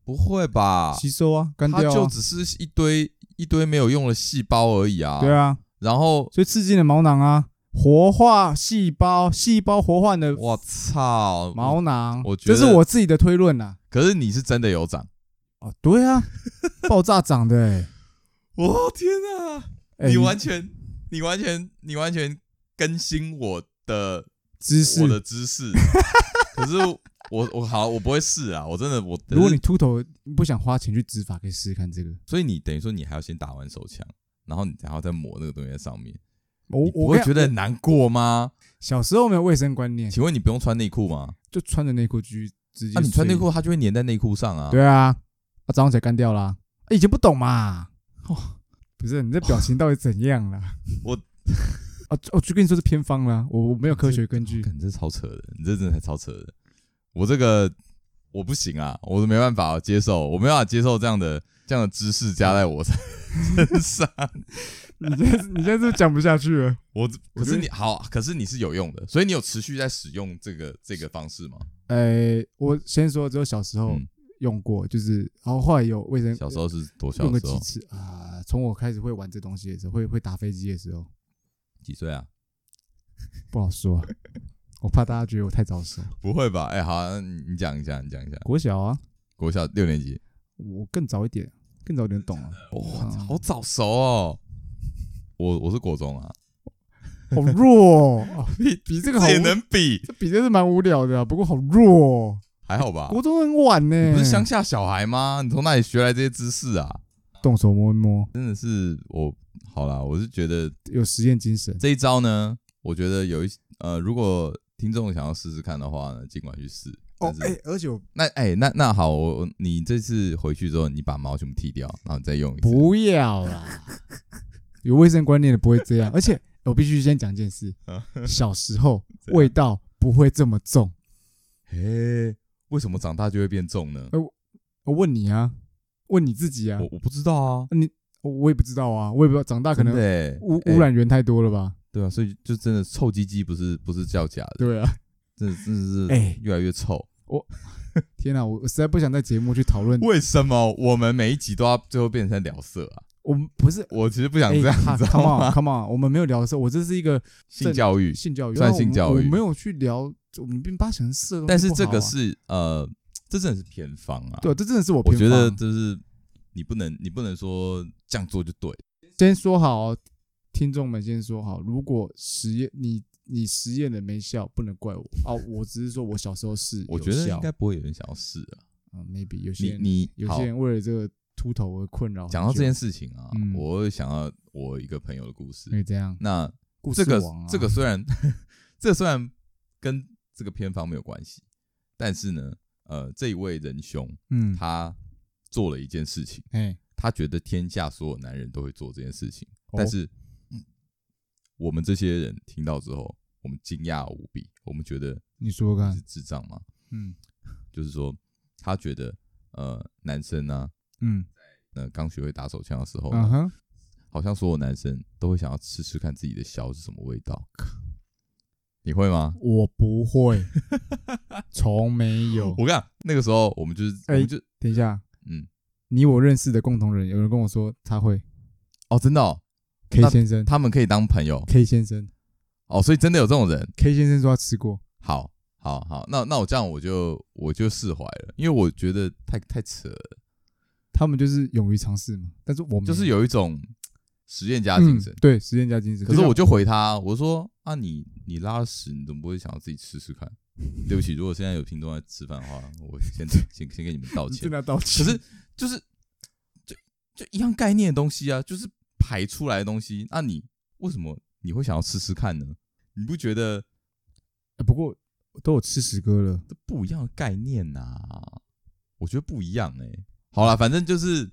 A: 不会吧？
B: 吸收啊，干
A: 它
B: 掉
A: 就
B: 啊。
A: 只是一堆一堆没有用的细胞而已啊。
B: 对。啊，
A: 然后
B: 所以刺激了毛囊啊，活化细胞，细胞活化你的
A: 我操，
B: 毛囊。
A: 我觉
B: 这
A: 得
B: 是我自己的推论啦。
A: 可是你是真的有长。
B: 哦，对啊，爆炸长的欸
A: 我天啊！
B: 哎，
A: 你完全，你完全，你完全更新我的
B: 知识
A: 我。的知 识。可是我我好，我不会试啊！我真的我，
B: 如果你秃头不想花钱去植发，可以试试看这个。
A: 所以你等于说你还要先打完手枪，然后你然后再抹那个东西在上面，
B: 我
A: 你不
B: 我跟
A: 会觉
B: 你
A: 得
B: 讲
A: 很难过吗？
B: 小时候没有卫生观念，
A: 请问你不用穿内裤吗？啊
B: 就穿着内裤去直接。
A: 那、你穿内？裤，它就会粘在内裤上啊。
B: 对啊，啊早上起来干掉啦。啊以前不懂嘛。哦，不是 你这表情到底怎样啦？
A: 我
B: 啊，我就跟你说是偏方啦，我我没有科学根据。
A: 干，你这超扯的，你这真的太超扯的。我这个我不行啊，我都没办法接受，我没办法接受这样的这样的知识加在我身
B: 啊
A: 身 上。
B: 你现在是你现在是不是讲不下去了？
A: 我
B: 我
A: 可是
B: 觉得
A: 你好，可是你是有用的，所以你有持续在使用这个这个方式吗？
B: 呃，我先说，只有小时候
A: 嗯
B: 用过，就是然后后来有卫生
A: 小时候是多小
B: 用
A: 的
B: 个
A: 时
B: 几
A: 候？
B: 次啊。从我开始会玩这东西的时候，会会打飞机的时候，
A: 几岁啊？
B: 不好说、啊，我怕大家觉得我太早熟。
A: 不会吧？哎、好、啊，那你你讲一下，你讲一下。
B: 国小啊，
A: 国小六年级，
B: 我更早一点，更早一点懂啊，
A: 哇、
B: 啊
A: 好早熟哦。我我是国中 啊，
B: 好弱、哦啊，
A: 比
B: 比这
A: 这
B: 个好
A: 也
B: 无
A: 能比，
B: 这比真是蛮无聊的、啊，不过好弱、哦。
A: 还好吧？
B: 国哎中很晚呢、
A: 你不是乡下小孩吗？你从哪里学来这些知识啊？
B: 动手摸一摸，
A: 真的是我好啦，我是觉得
B: 有实验精神。
A: 这一招呢，我觉得有一呃，如果听众想要试试看的话呢，尽管去试。
B: 哦
A: 但，是
B: 哎、而且我
A: 那哎、那那好，我我你这次回去之后，你把毛全部剃掉，然后你再用一次。
B: 不要 啦，有卫生观念的不会这样。而且我必须先讲一件事，小时候
A: 嗯 怎样
B: 味道不会这么重。
A: 嘿，为什么长大就会变重呢？
B: 我问你啊，问你自己啊，
A: 我我不知道啊，
B: 我我也不知道啊，我也不知道，长大可能
A: 真的欸
B: 污
A: 哎
B: 污染源太多了吧？
A: 对啊，所以就真的臭鸡鸡不是不是叫假的，
B: 对啊，
A: 真的真的是
B: 哎，
A: 越来越臭。
B: 天哪，我我实在不想在节目去讨论，
A: 为什么我们每一集都要最后变成聊色啊？
B: 我们不是
A: 我其实不想
B: 哎
A: 这样，
B: 哈
A: 你知道
B: Come on,
A: 吗？
B: come on，我们没有聊的时候，我这是一个
A: 性教育，
B: 性教育，
A: 算
B: 那我们
A: 性教育
B: 我没有去聊，我们并把它想成色东西
A: 但是
B: 不好
A: 这
B: 啊
A: 个是呃，这真的是偏方啊。
B: 对，这真的是我
A: 我
B: 偏
A: 觉
B: 方
A: 得就是你不能你不能说这样做就对，
B: 先说好哦，听众们先说好，如果实验你你实验了没效，不能 怪我哦，我只是说我小时候是
A: 我
B: 有
A: 觉得
B: 效
A: 应该不会有人想要试啊。
B: 嗯，maybe 有些
A: 你
B: 人
A: 你
B: 有
A: 好
B: 些人为了这个秃头而困扰很久。
A: 讲到这件事情啊，
B: 嗯
A: 我会想到我一个朋友的故事。
B: 可以哎这样，
A: 那
B: 故事
A: 这个、
B: 王啊
A: 这个虽然这个虽然跟这个偏方没有关系，但是呢，呃，这一位仁兄
B: 嗯，
A: 他做了一件事情，
B: 哎，
A: 他觉得天下所有男人都会做这件事情，
B: 哦
A: 但是、我们这些人听到之后，我们惊讶无比，我们觉得
B: 你说说
A: 你是
B: 看，
A: 智障吗？
B: 嗯
A: 就是说，他觉得呃，男生呢、
B: 嗯
A: 呃，刚学会打手枪的时候呢
B: 嗯哼，
A: 好像所有男生都会想要吃吃看自己的小是什么味道。你会吗？
B: 我不 会，从没有
A: 我。跟你讲，那个时候我们就是，我
B: 哎
A: 们就
B: 等一下，
A: 哦嗯，
B: 你我认识的共同人，有人跟我说他会
A: 哦，真的、哦，
B: K
A: 那
B: 先生
A: 他们可以当朋友
B: ，K 先生
A: 哦，所以真的有这种人。
B: ，K 先生说他吃过，
A: 好，好，好，那那我这样我就我就释怀了，因为我觉得太太扯了，
B: 他们就是勇于尝试嘛。但是我们
A: 就是有一种实验家
B: 嗯
A: 精神。
B: 对实验家精神。
A: 可是我
B: 像
A: 就回他，我说啊你，你拉屎，你怎么不会想要自己吃吃看？ 对不起，如果现在有听众在吃饭的话，我先先先跟你们道
B: 你
A: 歉。
B: 真的要道
A: 可
B: 歉，
A: 是就是就就一样概念的东西啊，就是排出来的东西，那、你为什么你会想要吃吃看呢？你不觉得
B: 呃不过都有吃屎 哥了，
A: 这不一样的概念呐、我觉得不一样哎、好啦，反正就是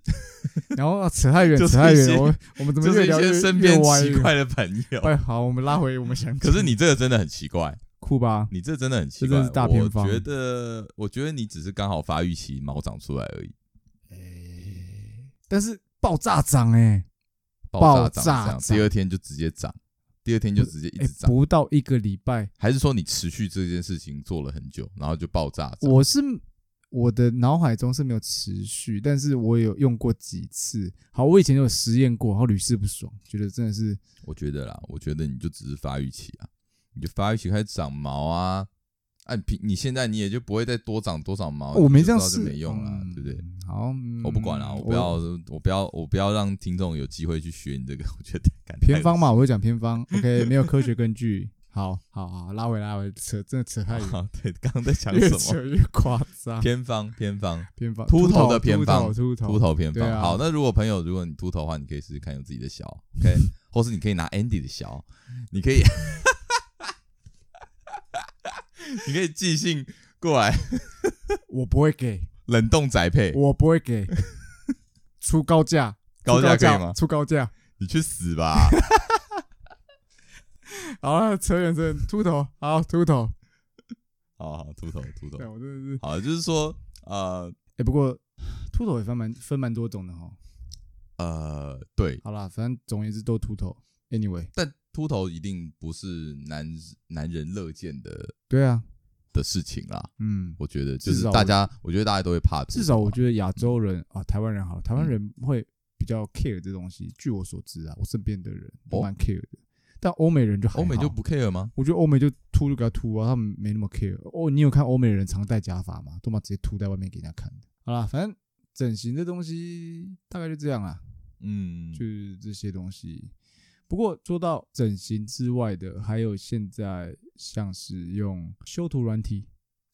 B: 然后啊扯太远，
A: 就
B: 扯
A: 是
B: 太
A: 一些
B: 远，我我们怎么
A: 就是
B: 越
A: 一
B: 聊越
A: 些身边
B: 越歪
A: 奇
B: 越
A: 怪的朋 友。
B: 哎，好，我们拉回我 们想。
A: 可是你这个真的很奇怪，
B: 酷吧？
A: 你这真的很奇
B: 这
A: 怪。
B: 真是大偏方
A: 我觉得，我觉得你只是刚好发育期毛长出来而已，哎
B: 但是爆炸涨哎、
A: 爆
B: 爆
A: 长
B: 炸
A: 这样，
B: 长
A: 第二天就直接长，第二天就直接一
B: 哎、
A: 直长。
B: 不到一个礼拜，
A: 还是说你持续这件事情做了很久，然后就爆炸长？
B: 我是我的脑海中是没有持续，但是我有用过几次。好，我以前有实验过，然后屡试不爽，觉得真的是
A: 我觉得啦，我觉得你就只是发育期啊，你就发育期开始长毛啊，啊，你平你现在你也就不会再多长多少毛，
B: 我没
A: 哦你就
B: 这样
A: 知道
B: 试，
A: 就没用啦，对不对？
B: 嗯？好，嗯
A: 我不管啦，我不要，我不要，我不要让听众有机会去学你这个，我 觉得感
B: 偏方嘛，我会讲偏 方。OK，没有科学根据。好好好，拉回来，拉回来扯，真的扯 太远，
A: 啊，对，刚刚在讲
B: 越
A: 什
B: 扯啊
A: 么？
B: 越夸张。
A: 偏方，偏方，
B: 偏方，
A: 秃头的
B: 偏
A: 偏方
B: 秃头，
A: 秃头偏
B: 对
A: 方。
B: 啊
A: 好，那如果朋友，如果你秃头的话，你可以试试看用自己的 小，OK，或是你可以拿 Andy 的小，你可以， 你可以寄信过来，
B: 我不会给，
A: 冷冻宅配，
B: 我不 会给，出高价，
A: 高
B: 出
A: 价可以吗？
B: 出高价。
A: 你去死 吧！
B: 好了，扯远扯远，秃头，好秃头。
A: 好好，秃头，秃头
B: 对，，我真的是，
A: 好，就是说，呃
B: 哎，不过秃头也分蛮分蛮多种的哈。
A: 呃，对，
B: 好啦，反正总而言之都秃头。Anyway，
A: 但秃头一定不是男男人乐见的
B: 对啊，
A: 的事情啦。
B: 嗯，
A: 我觉得就
B: 至
A: 是
B: 少
A: 大家，我觉得大家都会怕秃头啊。
B: 至少我觉得亚洲人啊，台湾人好了，台湾人会比较 care 这东
A: 嗯
B: 西。据我所知啊，我身边的人都蛮 care 的，但欧美人就还好
A: 哦欧美就不 care 吗？
B: 我觉得欧美就秃就给他秃啊，他们没那么 care。哦，你有看欧美人常戴假发吗？都嘛直接秃在外面给人家看的。好啦，反正整形这东西大概就这样啦，啊
A: 嗯，
B: 就是这些东西。不过说到整形之外的，还有现在像是用修图软体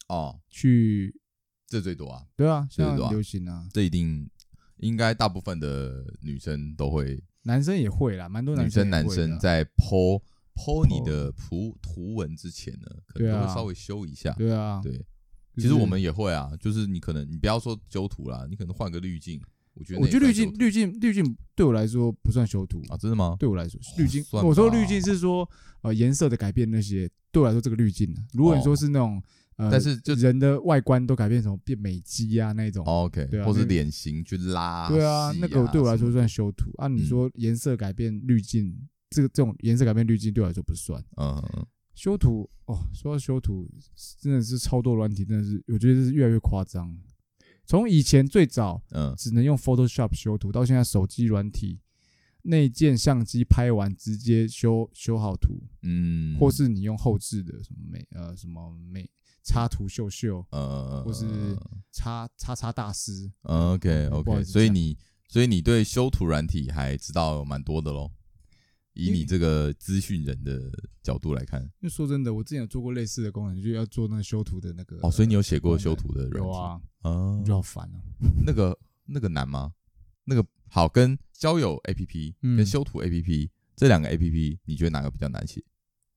A: 哦，
B: 去，
A: 这最多啊，
B: 对啊，现在
A: 对啊
B: 很流行啊，
A: 这一定应该大部分的女生都会，
B: 男生也会啦，蛮多
A: 女
B: 生
A: 生
B: 也会
A: 男
B: 的啊
A: 生在 po po 你的图图文之前呢，可能
B: 对
A: 都
B: 啊
A: 会稍微修一下。
B: 对啊，
A: 对，
B: 就
A: 其
B: 是
A: 实我们也会啊，就是你可能你不要说修图啦，你可能换个滤镜，我觉得
B: 我
A: 那
B: 觉得
A: 也
B: 滤
A: 算
B: 镜
A: 修
B: 滤镜滤镜对我来说不算修图
A: 图啊，真的吗？
B: 对我来说，滤镜。
A: 算吧
B: 我说滤镜是说呃颜色的改变那些，对我来说这个滤镜啊。如果你说是那种、呃，
A: 哦但是就哦
B: 人的外观都改变成变美肌啊那种，
A: OK，
B: 对啊
A: 或是
B: 那个
A: 脸型去拉细，
B: 对啊，那个对我来
A: 什
B: 说
A: 么
B: 算修图啊。
A: 嗯
B: 你说颜色改变滤镜，这个这种颜色改变滤镜对我来说不算
A: 嗯，嗯嗯
B: 修图哦。说到修图，真的是超多软体，真的是我觉得是越来越夸张。从以前最早
A: 嗯，
B: 只能用 Photoshop 修图，到现在手机软体内建相机拍完直接修修好图，
A: 嗯，
B: 或是你用后置的什么美呃什么美插图秀秀
A: 呃，
B: 或是插插插大师，
A: OK
B: 嗯不好
A: OK，
B: 意思
A: 所以
B: 讲
A: 你所以你对修图软体还知道蛮多的喽。以
B: 因为
A: 你这个资讯人的角度来看，
B: 因为说真的，我之前有做过类似的功能，就要做那个修图的那个
A: 哦，所以你有写
B: 功
A: 过
B: 能
A: 修图的软
B: 有
A: 体
B: 啊，
A: 哦
B: 我就好烦哦、
A: 那个那个难吗？那个好，跟交友 APP
B: 嗯
A: 跟修图 APP 这两个 APP，你觉得哪个比较难写？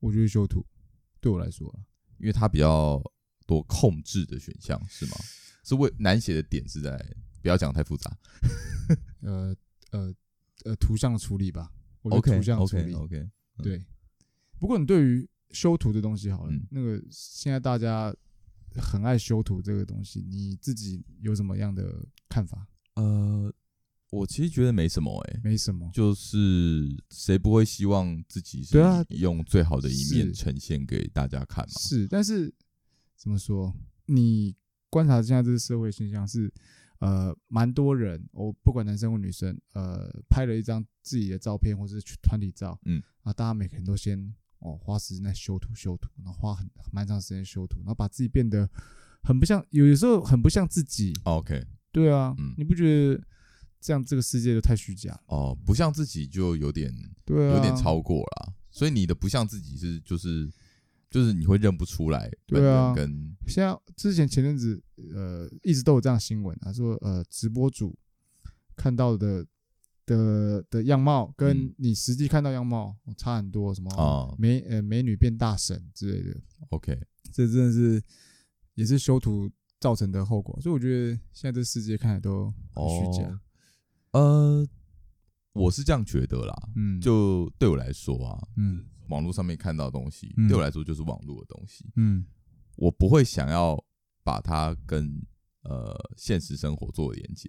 B: 我觉得修图对我来说啊，
A: 因为它比较多控制的选项是吗？是为难写的点是在不要讲太复杂。
B: 呃呃呃，图像处理吧，我觉得
A: OK
B: 图像处
A: OK
B: 理
A: OK，嗯
B: 对，不过你对于修图的东西好了，
A: 嗯
B: 那个现在大家很爱修图这个东西，你自己有什么样的看法？
A: 呃，我其实觉得没什么哎、
B: 没什么。
A: 就是谁不会希望自己是
B: 对啊
A: 用最好的一面
B: 是
A: 呈现给大家看嘛？
B: 是，但是怎么说？你观察现在这个社会现象是，呃，蛮多人，我不管男生或女生，呃，拍了一张自己的照片或者是团体照，
A: 嗯，
B: 啊，大家每个人都先哦花时间在修图修图，然后花很蛮长时间修图，然后把自己变得很不像，有的时候很不像自己。
A: OK，
B: 对啊，
A: 嗯
B: 你不觉得这样这个世界就太虚假了？
A: 哦、不像自己就有点
B: 对啊，
A: 有点超过啦。所以你的不像自己是就是就是你会认不出来本
B: 对
A: 人
B: 啊
A: 跟
B: 现在之前前阵子呃一直都有这样新闻啊，说呃直播主看到的的的样貌跟
A: 嗯
B: 你实际看到样貌哦差很多，什么、
A: 啊、
B: 美呃美女变大神之类的，
A: OK，
B: 这真的是也是修图造成的后果。所以我觉得现在这世界看来都很虚假，
A: 哦呃，我是这样觉得啦。
B: 嗯，
A: 就对我来说啊，
B: 嗯
A: 网络上面看到的东西，
B: 嗯
A: 对我来说就是网络的东西，
B: 嗯
A: 我不会想要把它跟呃现实生活做连接。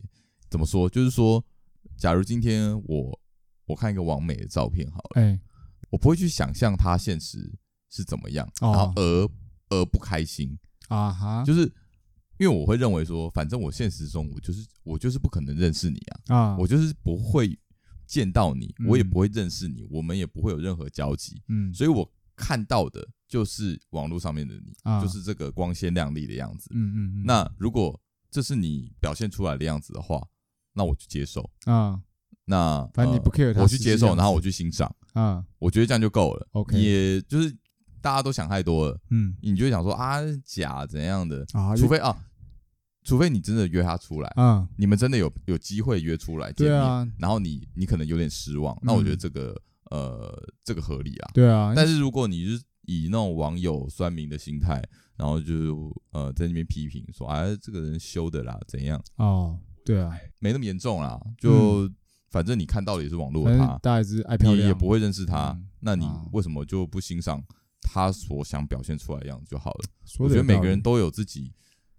A: 怎么说？就是说，假如今天我我看一个完美的照片好了，
B: 哎
A: 我不会去想象它现实是怎么样，
B: 哦
A: 然后而而不开心，
B: 啊哈
A: 就是因为我会认为说，反正我现实中我就是我就是不可能认识你啊，
B: 啊
A: 我就是不会见到你，
B: 嗯
A: 我也不会认识你，我们也不会有任何交集，
B: 嗯
A: 所以我看到的就是网络上面的你，
B: 啊
A: 就是这个光鲜亮丽的样子。
B: 嗯嗯嗯
A: 那如果这是你表现出来的样子的话，那我就接受。
B: 啊
A: 那
B: 反正你
A: 呃
B: 不 care 它
A: 我去
B: 实际
A: 接受，
B: 样子
A: 然后我去欣赏，
B: 啊
A: 我觉得这样就够了。
B: OK
A: 也就是大家都想太多了，
B: 嗯
A: 你就会想说啊假怎样的，
B: 啊
A: 除非啊，除非你真的约他出来，
B: 啊
A: 你们真的有有机会约出来见
B: 对
A: 面，
B: 啊嗯
A: 然后你你可能有点失望，那我觉得这个、呃这个合理啊。
B: 对啊，
A: 但是如果你是以那种网友酸民的心态，然后就呃在那边批评说啊这个人修的啦怎样，
B: 哦对啊，
A: 没那么严重啦，就、反正你看到的也是网络
B: 嗯反
A: 的
B: 正
A: 他，
B: 大家也是爱漂
A: 你
B: 亮，
A: 也不会认识他，
B: 嗯
A: 那你
B: 啊
A: 为什么就不欣赏他所想表现出来的样子就好了？
B: 说
A: 我
B: 得
A: 觉
B: 有
A: 得每
B: 道
A: 个人
B: 理
A: 都有自己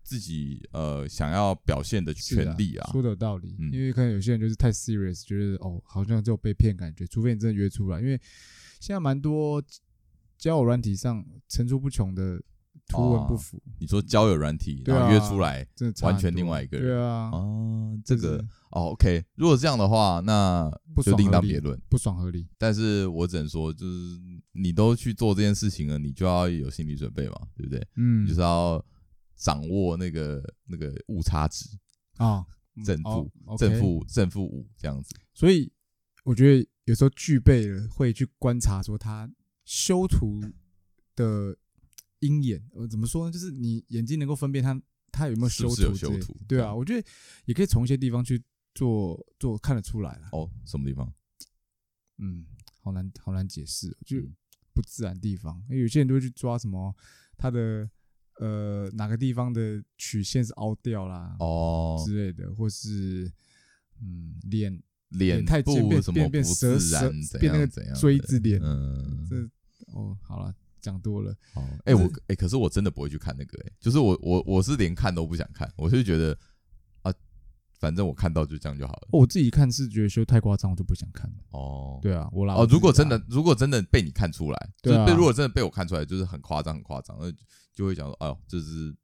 A: 自己呃想要表现的
B: 是啊
A: 权利啊。
B: 说的有道理。
A: 嗯
B: 因为可能有些人就是太 serious，觉得哦，好像就被骗感觉，除非你真的约出来，因为现在蛮多交友软体上层出不穷的图文不符，
A: 你说交友软体，
B: 对啊
A: 然后约出来
B: 真的
A: 哦
B: 差
A: 完
B: 很
A: 全
B: 多
A: 另外一个人
B: 对啊，
A: 哦，这
B: 就是
A: 个哦，OK，如果这样的话，那
B: 不
A: 就
B: 爽
A: 另
B: 合
A: 当别
B: 理，
A: 论。
B: 不爽合理。
A: 但是我只能说，就是你都去做这件事情了，你就要有心理准备嘛，对不对？
B: 嗯
A: 你就是要掌握那个那个误差值，
B: 啊，
A: 正
B: 负
A: 负正。负正负五这样子。
B: 所以我觉得有时候具备了会去观察说他修图的鹰眼，呃，怎么说呢？就是你眼睛能够分辨他他有没有
A: 是
B: 修
A: 不是
B: 图之
A: 有
B: 类的，
A: 修图
B: 对
A: 这
B: 啊，
A: 样
B: 我觉得也可以从一些地方去做做看得出来了。
A: 哦，什么地方？
B: 嗯，好难好难解释，哦就
A: 嗯
B: 不自然地方。因为有些人都会去抓什么他的呃哪个地方的曲线是凹掉啦、
A: 哦，
B: 之类的，或是嗯脸
A: 脸
B: 脸太尖
A: 部
B: 变
A: 什么
B: 变
A: 不
B: 变蛇
A: 自然，
B: 蛇
A: 怎
B: 变那
A: 样
B: 个
A: 怎样
B: 锥
A: 的
B: 子脸，
A: 嗯，
B: 这哦，好了，讲多了。
A: 哦，哎、
B: 就是
A: 我哎、可是我真的不会去看那个、哎，就是我我我是连看都不想看，我是觉得啊，反正我看到就这样就好了。
B: 哦我自己看是觉得修太夸张，我就不想看了。
A: 哦，
B: 对啊，我啦。我
A: 哦，
B: 自己
A: 如果
B: 啦
A: 真的，如果真的被你看出来，
B: 对
A: 就
B: 啊
A: 是被如果真的被我看出来，就是很夸张很夸张，那就会想说，哎呦，这是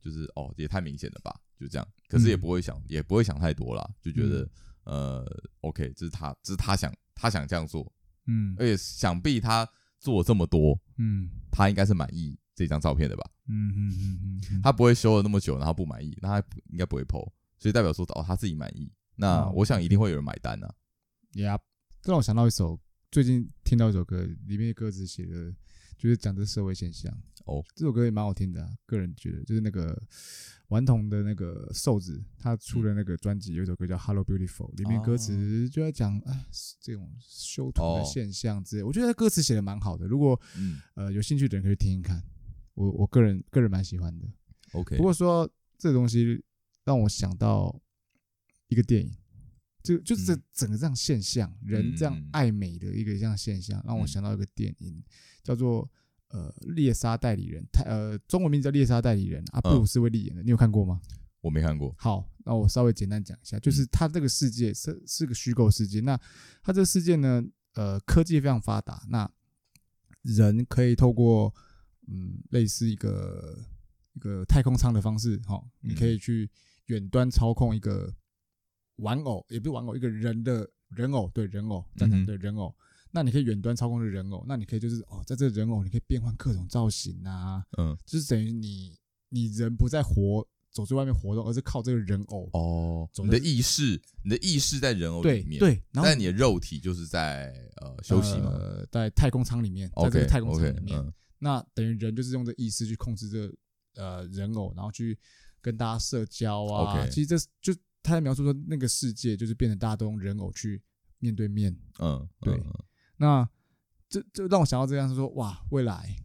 A: 就是哦，也太明显了吧，就这样。可是也
B: 嗯
A: 不会想，也不会想太多啦，就觉得、呃，OK，这是他，这是他想他想这样做，
B: 嗯
A: 而且想必他做了这么多，
B: 嗯
A: 他应该是满意这张照片的吧。
B: 嗯嗯嗯嗯，
A: 他不会修了那么久，然后不满意，那他应该不会剖，所以代表说哦他自己满意。那
B: 嗯
A: 我想一定会有人买单啊。
B: 呀，嗯这让我想到一首最近听到一首歌，里面的歌词写的，就是讲这社会现象。
A: 哦，
B: 这首歌也蛮好听的、啊，个人觉得就是那个顽童的那个瘦子，他出
A: 嗯
B: 的那个专辑有一首歌叫《Hello Beautiful》，里面歌词就在讲哎这种修图
A: 哦
B: 的现象之类，我觉得歌词写的蛮好的。如果
A: 嗯
B: 呃有兴趣的人可以听听看，我我个人个人蛮喜欢的。
A: ，OK，
B: 不过说这个东西让我想到一个电影，就就是这
A: 嗯
B: 整个这样现象，人这样
A: 嗯嗯嗯
B: 爱美的一个这样现象，让我
A: 嗯
B: 想到一个电影，叫做呃《猎杀代理人》，泰呃中文名字叫《猎杀代理人》，阿布
A: 嗯
B: 鲁斯威利演的，你有看过吗？
A: 我没看过，
B: 好，那我稍微简单讲一下，
A: 嗯
B: 就是它这个世界是是个虚构世界。那它这个世界呢，呃，科技非常发达，那人可以透过嗯，类似一个一个太空舱的方式，哈、你
A: 嗯
B: 可以去远端操控一个玩偶，也不是玩偶，一个人的人偶，对人偶，站
A: 嗯
B: 长
A: 哼
B: 对人偶。那你可以远端操控这人偶，那你可以就是哦，在这人偶你可以变换各种造型啊，
A: 嗯，
B: 就是等于你你人不再活走出外面活动，而是靠这个人偶。
A: 哦，
B: 总
A: 你
B: 之
A: 的意识，你的意识在人偶
B: 对
A: 里面，，
B: 对，然后
A: 但你的肉体就是在呃休息嘛
B: 呃，在太空舱里面，在这
A: ，OK
B: 个太空舱
A: OK，
B: 里面，
A: 嗯
B: 那等于人就是用这意识去控制这个呃人偶，然后去跟大家社交啊。
A: OK
B: 其实这是就他在描述说那个世界就是变得大家都用人偶去面对面。
A: 嗯，
B: 对
A: 嗯
B: 那这这让我想到这样是说，哇，未来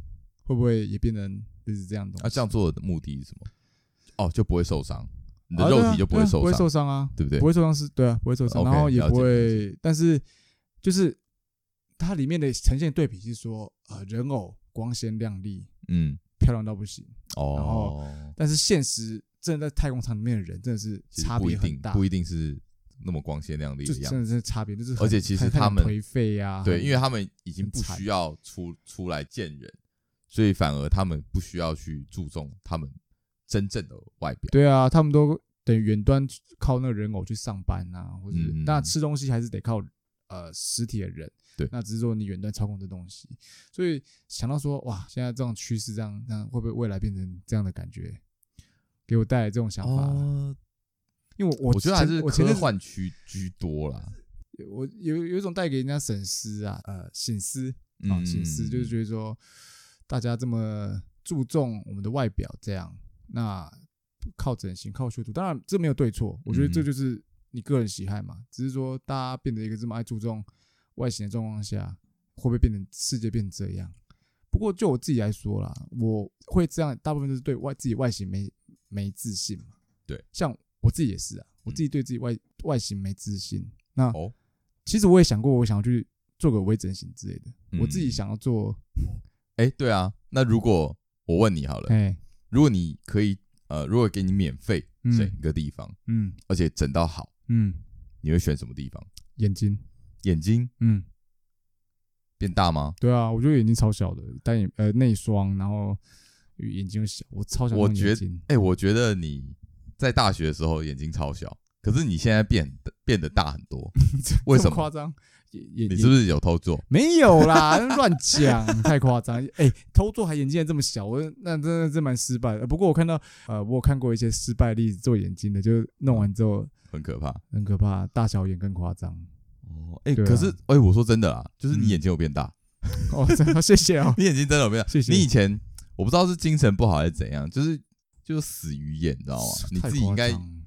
B: 会不会也变成就是这样的
A: 那、
B: 东西？
A: 啊
B: 哦
A: 这样做的目的是什么？哦，就不会受伤，你的
B: 啊对
A: 肉
B: 啊
A: 体就不
B: 对
A: 会
B: 啊
A: 受
B: 不会
A: 伤，
B: 受伤啊。
A: 对不对
B: 不？会受伤是对啊，不会受伤，
A: OK，
B: 然后也
A: 了解
B: 不会，但是就是它里面的呈现对比是说，呃，人偶光鲜亮丽，
A: 嗯，
B: 漂亮到不行，然后
A: 哦，
B: 但是现实真的在太空舱里面的人真的是
A: 其实
B: 差
A: 不一
B: 别很
A: 定，
B: 大，
A: 不一定是那么光鲜亮丽
B: 就
A: 的样
B: 真
A: 子。
B: 的是差别，就是很
A: 而且其实
B: 很
A: 他们
B: 很颓废啊，
A: 对，
B: 很
A: 因为他们已经
B: 很
A: 不
B: 惨
A: 需要出出来见人，所以反而他们不需要去注重他们真正的外表。
B: 对啊，他们都等于远端靠那个人偶去上班啊，或者是、
A: 嗯
B: 那吃东西还是得靠呃实体的人。
A: 对
B: 那只是说你远端操控这东西，所以想到说哇，现在这种趋势这样，那会不会未来变成这样的感觉？给我带来这种想法，
A: 哦，
B: 因为我
A: 我觉得还
B: 前
A: 是
B: 我前啊
A: 科
B: 阵子
A: 幻区居多啦。
B: 我有有一种带给人家省思啊，呃，醒思啊，
A: 嗯
B: 醒思就是觉得说，大家这么注重我们的外表，这样那靠整形、靠修图，当然这没有对错，我觉得这
A: 嗯
B: 就是你个人喜好嘛。只是说大家变得一个这么爱注重外形的状况下，会不会变成世界变这样？不过就我自己来说啦，我会这样，大部分都是对外自己外形没没自信嘛。
A: 对，
B: 像我自己也是啊，我
A: 嗯
B: 自己对自己外、外形没自信。那
A: 哦，
B: 其实我也想过，我想要去做个微整形之类的。
A: 嗯
B: 我自己想要做，
A: 哎，对啊，那如果我问你好了，
B: 哎，
A: 如果你可以，呃，如果给你免费
B: 嗯
A: 整一个地方，
B: 嗯
A: 而且整到好，
B: 嗯，
A: 你会选什么地方？
B: 眼睛，
A: 眼睛
B: 嗯，
A: 变大吗？
B: 对啊，我觉得眼睛超小的，单眼呃内双，然后眼睛又小，我超想
A: 我
B: 弄
A: 觉
B: 眼
A: 得
B: 睛。
A: 哎、我觉得你在大学的时候眼睛超小，可是你现在变得变得大很多，为
B: 这
A: 什
B: 么
A: 么？
B: 夸张？眼眼
A: 你是不
B: 眼
A: 是有偷做？
B: 没有啦，乱讲，太夸张。 哎，偷做还眼睛还这么小，我那真的是蛮失败的。呃不过我看到，呃，我有看过一些失败例子，做眼睛的，就是弄完之后
A: 很可怕
B: 很可怕，大小眼更 夸张。
A: 哦。哎、
B: 对啊
A: 可是哎、我说真的啦，就是你
B: 嗯
A: 眼睛有变大，
B: 哦，真的谢谢哦。
A: 你眼睛真的有变大。
B: 谢谢
A: 你以前我不知道是精神不好还是怎样，就是就是死鱼眼，你知道吗？你
B: 太
A: 自己应该
B: 夸张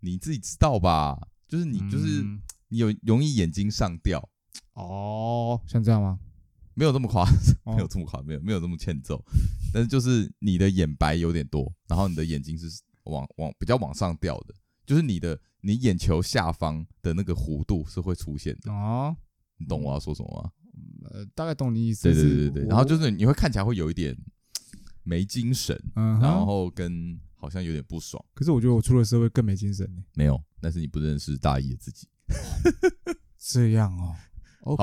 A: 你自己知道吧？就是你就是、
B: 嗯
A: 你有容易眼睛上吊，
B: 哦，像这样吗？
A: 没有这么夸没
B: 哦
A: 有这么夸，没有没有这么欠揍，但是就是你的眼白有点多，然后你的眼睛是往往比较往上掉的，就是你的你眼球下方的那个弧度是会出现的，
B: 哦，
A: 你懂我要说什么吗？
B: 呃，大概懂你意思。
A: 对对
B: 是
A: 对对对，
B: 我
A: 然后就是你会看起来会有一点没精神，
B: 嗯哼，
A: 然后跟好像有点不爽，
B: 可是我觉得我出了社会更没精神呢。
A: 没有，但是你不认识大一的自己。
B: 这样哦 ，OK，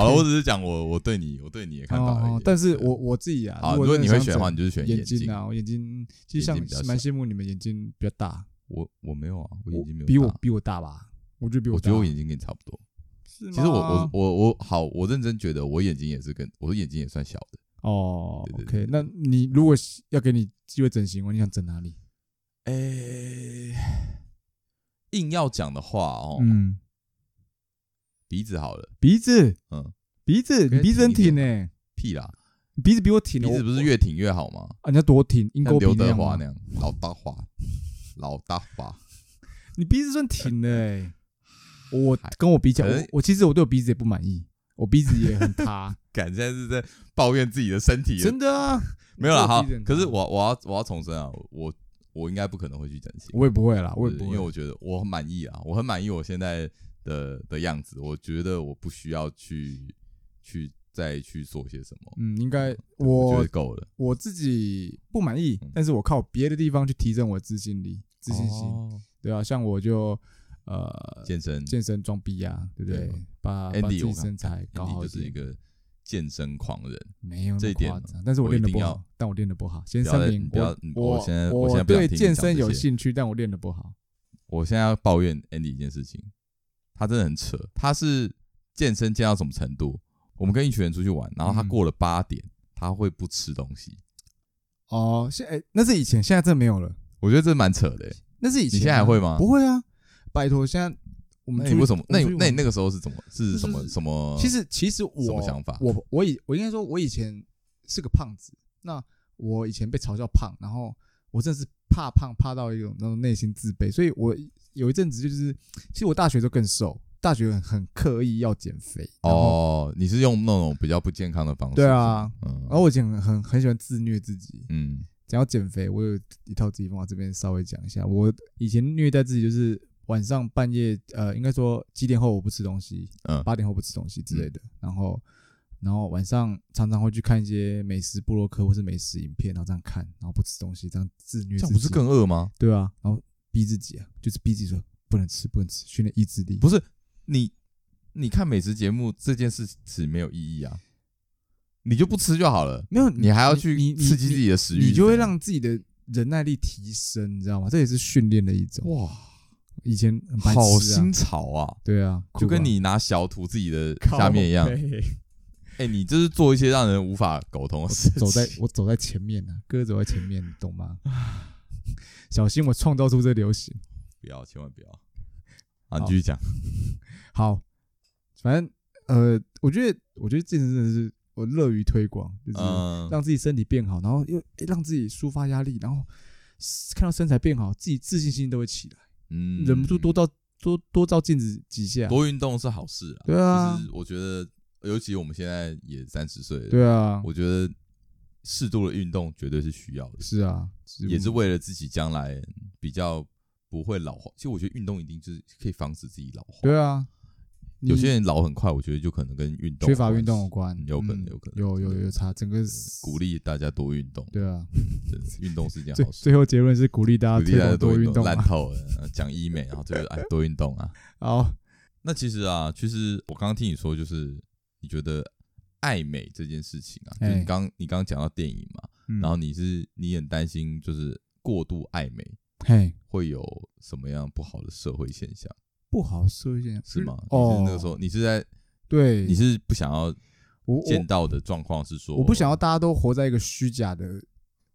A: 好了，我只是讲我我对你我对你的看法而已
B: 哦，。但是
A: 对啊
B: 我我自己啊，
A: 好，
B: 如
A: 如果你
B: 真
A: 会
B: 的
A: 选的
B: 想
A: 话，你就是选
B: 眼
A: 睛
B: 睛啊，我眼睛其实像
A: 眼睛比较小
B: 蛮羡慕你们眼睛比较大，
A: 我我没有啊，我眼睛没有
B: 比我
A: 大
B: 比我大吧？我觉得比
A: 我
B: 大
A: 觉得我眼睛跟你差不多。
B: 是
A: 其实我
B: 吗
A: 我我我好，我认真觉得我眼睛也是跟我的眼睛也算小的。
B: 哦
A: 对对
B: ，OK，那你如果要给你机会整形，你想整哪里？
A: 诶、硬要讲的话哦，
B: 嗯，
A: 鼻子好了，
B: 鼻子，
A: 嗯，
B: 鼻子，
A: 可以
B: 你鼻子很
A: 挺一
B: 挺
A: 点
B: 呢，
A: 屁啦，
B: 你鼻子比我挺呢，
A: 鼻子不
B: 我
A: 是越挺越好吗？
B: 啊，你要多挺，鹰
A: 像
B: 钩鼻
A: 刘
B: 那
A: 德
B: 样
A: 华
B: 吗
A: 那样，老大华，老大华，
B: 你鼻子算挺的、欸， 我
A: 还
B: 跟我比较，
A: 可
B: 我
A: 能
B: 我其实我对我鼻子也不满意，我鼻子也 很塌，
A: 感现在是在抱怨自己的身体了，
B: 真的啊，
A: 没有啦
B: 我
A: 哈
B: 鼻子很。
A: 可是
B: 塌
A: 我我要我要重申啊，我我应该不可能会去整形，
B: 我也不会啦，我也
A: 对
B: 不
A: 因为
B: 会，
A: 我觉得我很满意啊，我很满意我现在的的样子，我觉得我不需要去去再去做些什么，
B: 嗯，应该
A: 我觉
B: 我
A: 得够了。
B: 我自己不满意
A: 嗯，
B: 但是我靠别的地方去提升我的自信力，自信心，
A: 哦
B: 对啊，像我就呃
A: 健身
B: 健身装逼啊，对不对
A: 对？
B: 把把自
A: Andy 我看
B: 己身材搞
A: Andy
B: 好
A: 就是一
B: 点，
A: 个健身狂人，
B: 没有
A: 这
B: 那
A: 一
B: 么
A: 点哦
B: 夸张，但是我
A: 我
B: 练
A: 一
B: 的
A: 定
B: 不
A: 要
B: 好，但我练的不好，先
A: 不要
B: 声
A: 再
B: 明，
A: 不要嗯我现在我现在
B: 我
A: 不想
B: 对
A: 听你
B: 健
A: 讲
B: 身
A: 这
B: 有
A: 些
B: 兴趣，但我练的不好，
A: 我现在要抱怨 Andy 一件事情，他真的很扯。他是健身健到什么程度？我们跟一群人出去玩，然后他
B: 嗯
A: 过了八点，他会不吃东西。
B: 哦，现哎、那是以前，现在这没有了。
A: 我觉得这蛮扯的欸。
B: 那是以
A: 你
B: 前、啊，
A: 现在还会吗
B: 不会啊，拜托，现在我们
A: 那
B: 出
A: 你
B: 去
A: 为什么？那
B: 我
A: 你
B: 们出去
A: 那你
B: 玩
A: 那个时候是怎么？是
B: 就是
A: 什么什么？
B: 其实其实我
A: 什么想法
B: 我我以我应该说，我以前是个胖子。那我以前被嘲笑胖，然后我真的是怕胖，怕到一种那种内心自卑，所以我有一阵子就是，其实我大学就更瘦，大学很很刻意要减肥。然后，
A: 哦，你是用那种比较不健康的方式？
B: 对啊
A: 是吗，嗯，
B: 然后我以前很很很喜欢自虐自己，
A: 嗯，
B: 讲到减肥，我有一套自己方法，这边稍微讲一下。我以前虐待自己就是晚上半夜，呃，应该说几点后我不吃东西，
A: 嗯
B: 八点后不吃东西之类的。然后，然后晚上常常会去看一些美食部落客或是美食影片，然后这样看，然后不吃东西，这样自虐
A: 这
B: 自
A: 样不
B: 己，
A: 是更饿吗？
B: 对啊？然后逼自己啊，就是逼自己说不能吃，不能吃，训练意志力。
A: 不是你，你看美食节目这件事情没有意义啊，你就不吃就好了，
B: 没有，
A: 你还要去
B: 你你
A: 刺激自己的食欲
B: 你，
A: 是
B: 你就会
A: 怎样
B: 让自己的忍耐力提升，你知道吗？这也是训练的一种。
A: 哇，
B: 以前很白痴、啊、
A: 好新潮啊！
B: 对啊，
A: 就跟
B: 酷啊
A: 你拿小图自己的下面一样
B: 靠，背
A: 哎、你这是做一些让人无法苟同的事情。
B: 走 在我走在前面啊，哥走在前面，你懂 吗？小心我创造出这流行。
A: 不要，千万不要。啊，你
B: 好
A: 继续讲。
B: 好，反正呃，我觉得我觉得健身真的是我乐于推广， 就是
A: 嗯，
B: 让自己身体变好，然后又、诶让自己抒发压力，然后看到身材变好，自己自信心都会起来，
A: 嗯
B: 忍不住多照多多照镜子几下。
A: 多运动是好事啊。
B: 对啊
A: 其实我觉得，尤其我们现在也三十岁了，
B: 对啊，
A: 我觉得适度的运动绝对是需要的，
B: 是啊，
A: 也是为了自己将来比较不会老化。其实我觉得运动一定就是可以防止自己老化。
B: 对啊，
A: 有
B: 你
A: 些人老很快，我觉得就可能跟运动
B: 缺乏
A: 有关
B: 运动有
A: 系。
B: 关，
A: 有可能
B: 嗯
A: 有可能
B: 有有
A: 真的
B: 有差，整个
A: 鼓励大家多运动，
B: 对啊，
A: 真的是运动是 一件
B: 最
A: 好事。
B: 最后结论是鼓励大家
A: 鼓励
B: 啊推
A: 大家
B: 广多运
A: 运
B: 动
A: 烂
B: 啊。
A: 透了。呃讲医美，然后就是哎多运 动啊。
B: 好，
A: 那其实啊，其实我刚刚听你说，就是你觉得爱美这件事情啊，就是
B: 哎
A: 你刚你刚刚讲到电影嘛，
B: 嗯
A: 然后你是你很担心，就是过度爱美
B: 嘿，
A: 会有什么样不好的社会现象，
B: 不好说一件
A: 是吗？
B: 哦，
A: 你是那个时候你是在
B: 对，
A: 你是不想要
B: 我我
A: 见到的状况是说
B: 我不想要大家都活在一个虚假的，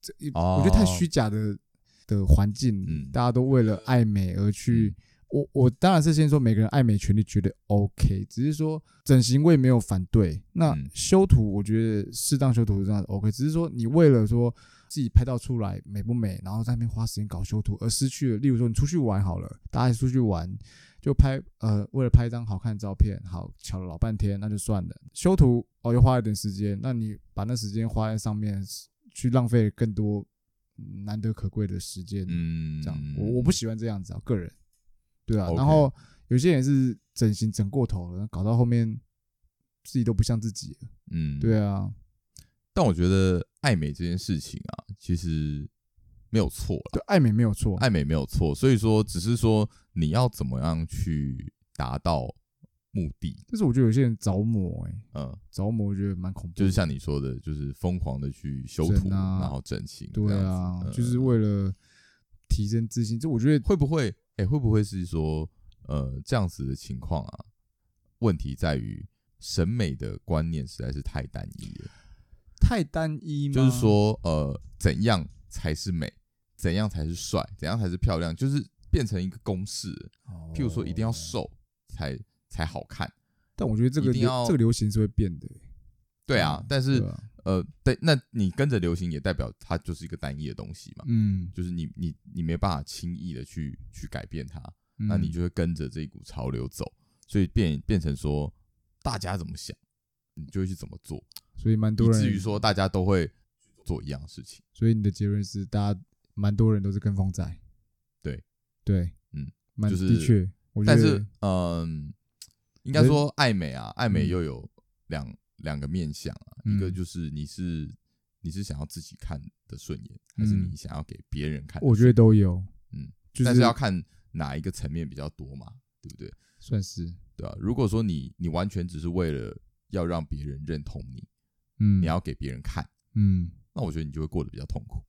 B: 这一
A: 哦
B: 我觉得太虚假的的环境，
A: 嗯
B: 大家都为了爱美而去。我我当然是先说每个人爱美权利绝对 OK，只是说整形我也没有反对。那
A: 嗯
B: 修图我觉得适当修图这样 OK，只是说你为了说自己拍照出来美不美，然后在那边花时间搞修图，而失去了，例如说你出去玩好了，大家一起出去玩就拍呃为了拍一张好看的照片，好巧了老半天，那就算了。修图哦又花了点时间，那你把那时间花在上面，去浪费更多嗯难得可贵的时间，
A: 嗯
B: 这样我我不喜欢这样子啊，个人，对啊。
A: OK
B: 然后有些人是整形整过头了，搞到后面自己都不像自己了，
A: 嗯
B: 对啊，
A: 但我觉得爱美这件事情啊，其实没有错啦，
B: 对，爱美没有错，
A: 爱美没有错，所以说只是说你要怎么样去达到目的，
B: 但是我觉得有些人着魔、欸，哎，
A: 嗯，
B: 着魔我觉得蛮恐怖的，
A: 就是像你说的，就是疯狂的去修图，
B: 整啊
A: 然后整形，
B: 对
A: 这样子
B: 啊，
A: 嗯
B: 就是为了提升自信，这我觉得
A: 会不会，哎、会不会是说，呃，这样子的情况啊，问题在于审美的观念实在是太单一了，
B: 太单一吗？
A: 就是说，呃，怎样才是美，怎样才是帅，怎样才是漂亮，就是变成一个公式了，
B: 哦，
A: 譬如说一定要瘦才才好看，
B: 但我觉得这个
A: 一定
B: 流
A: 要
B: 这个流行是会变的、欸
A: 对啊
B: 嗯，
A: 但是
B: 对啊
A: 呃，对，那你跟着流行也代表它就是一个单一的东西嘛，
B: 嗯，
A: 就是你你你没办法轻易的去去改变它，那
B: 嗯
A: 你就会跟着这一股潮流走，所以变变成说大家怎么想，你就会去怎么做，
B: 所以蛮多
A: 以
B: 人，
A: 至于说大家都会做一样的事情。
B: 所以你的结论是，大家蛮多人都是跟风仔。
A: 对
B: 对，
A: 嗯，
B: 蛮
A: 就是
B: 的确，我觉
A: 但
B: 得
A: 是，嗯、应该
B: 我觉得
A: 说爱美啊，爱美
B: 嗯
A: 又有两两个面向啊，
B: 嗯
A: 一个就是你是你是想要自己看的顺眼，还是
B: 嗯
A: 你想要给别人看的顺眼？
B: 我觉得都有，
A: 嗯，
B: 就
A: 但是要看哪一个层面比较多嘛，对不对？
B: 算是
A: 对啊，如果说你你完全只是为了要让别人认同你，
B: 嗯，
A: 你要给别人看，
B: 嗯，
A: 那我觉得你就会过得比较痛苦，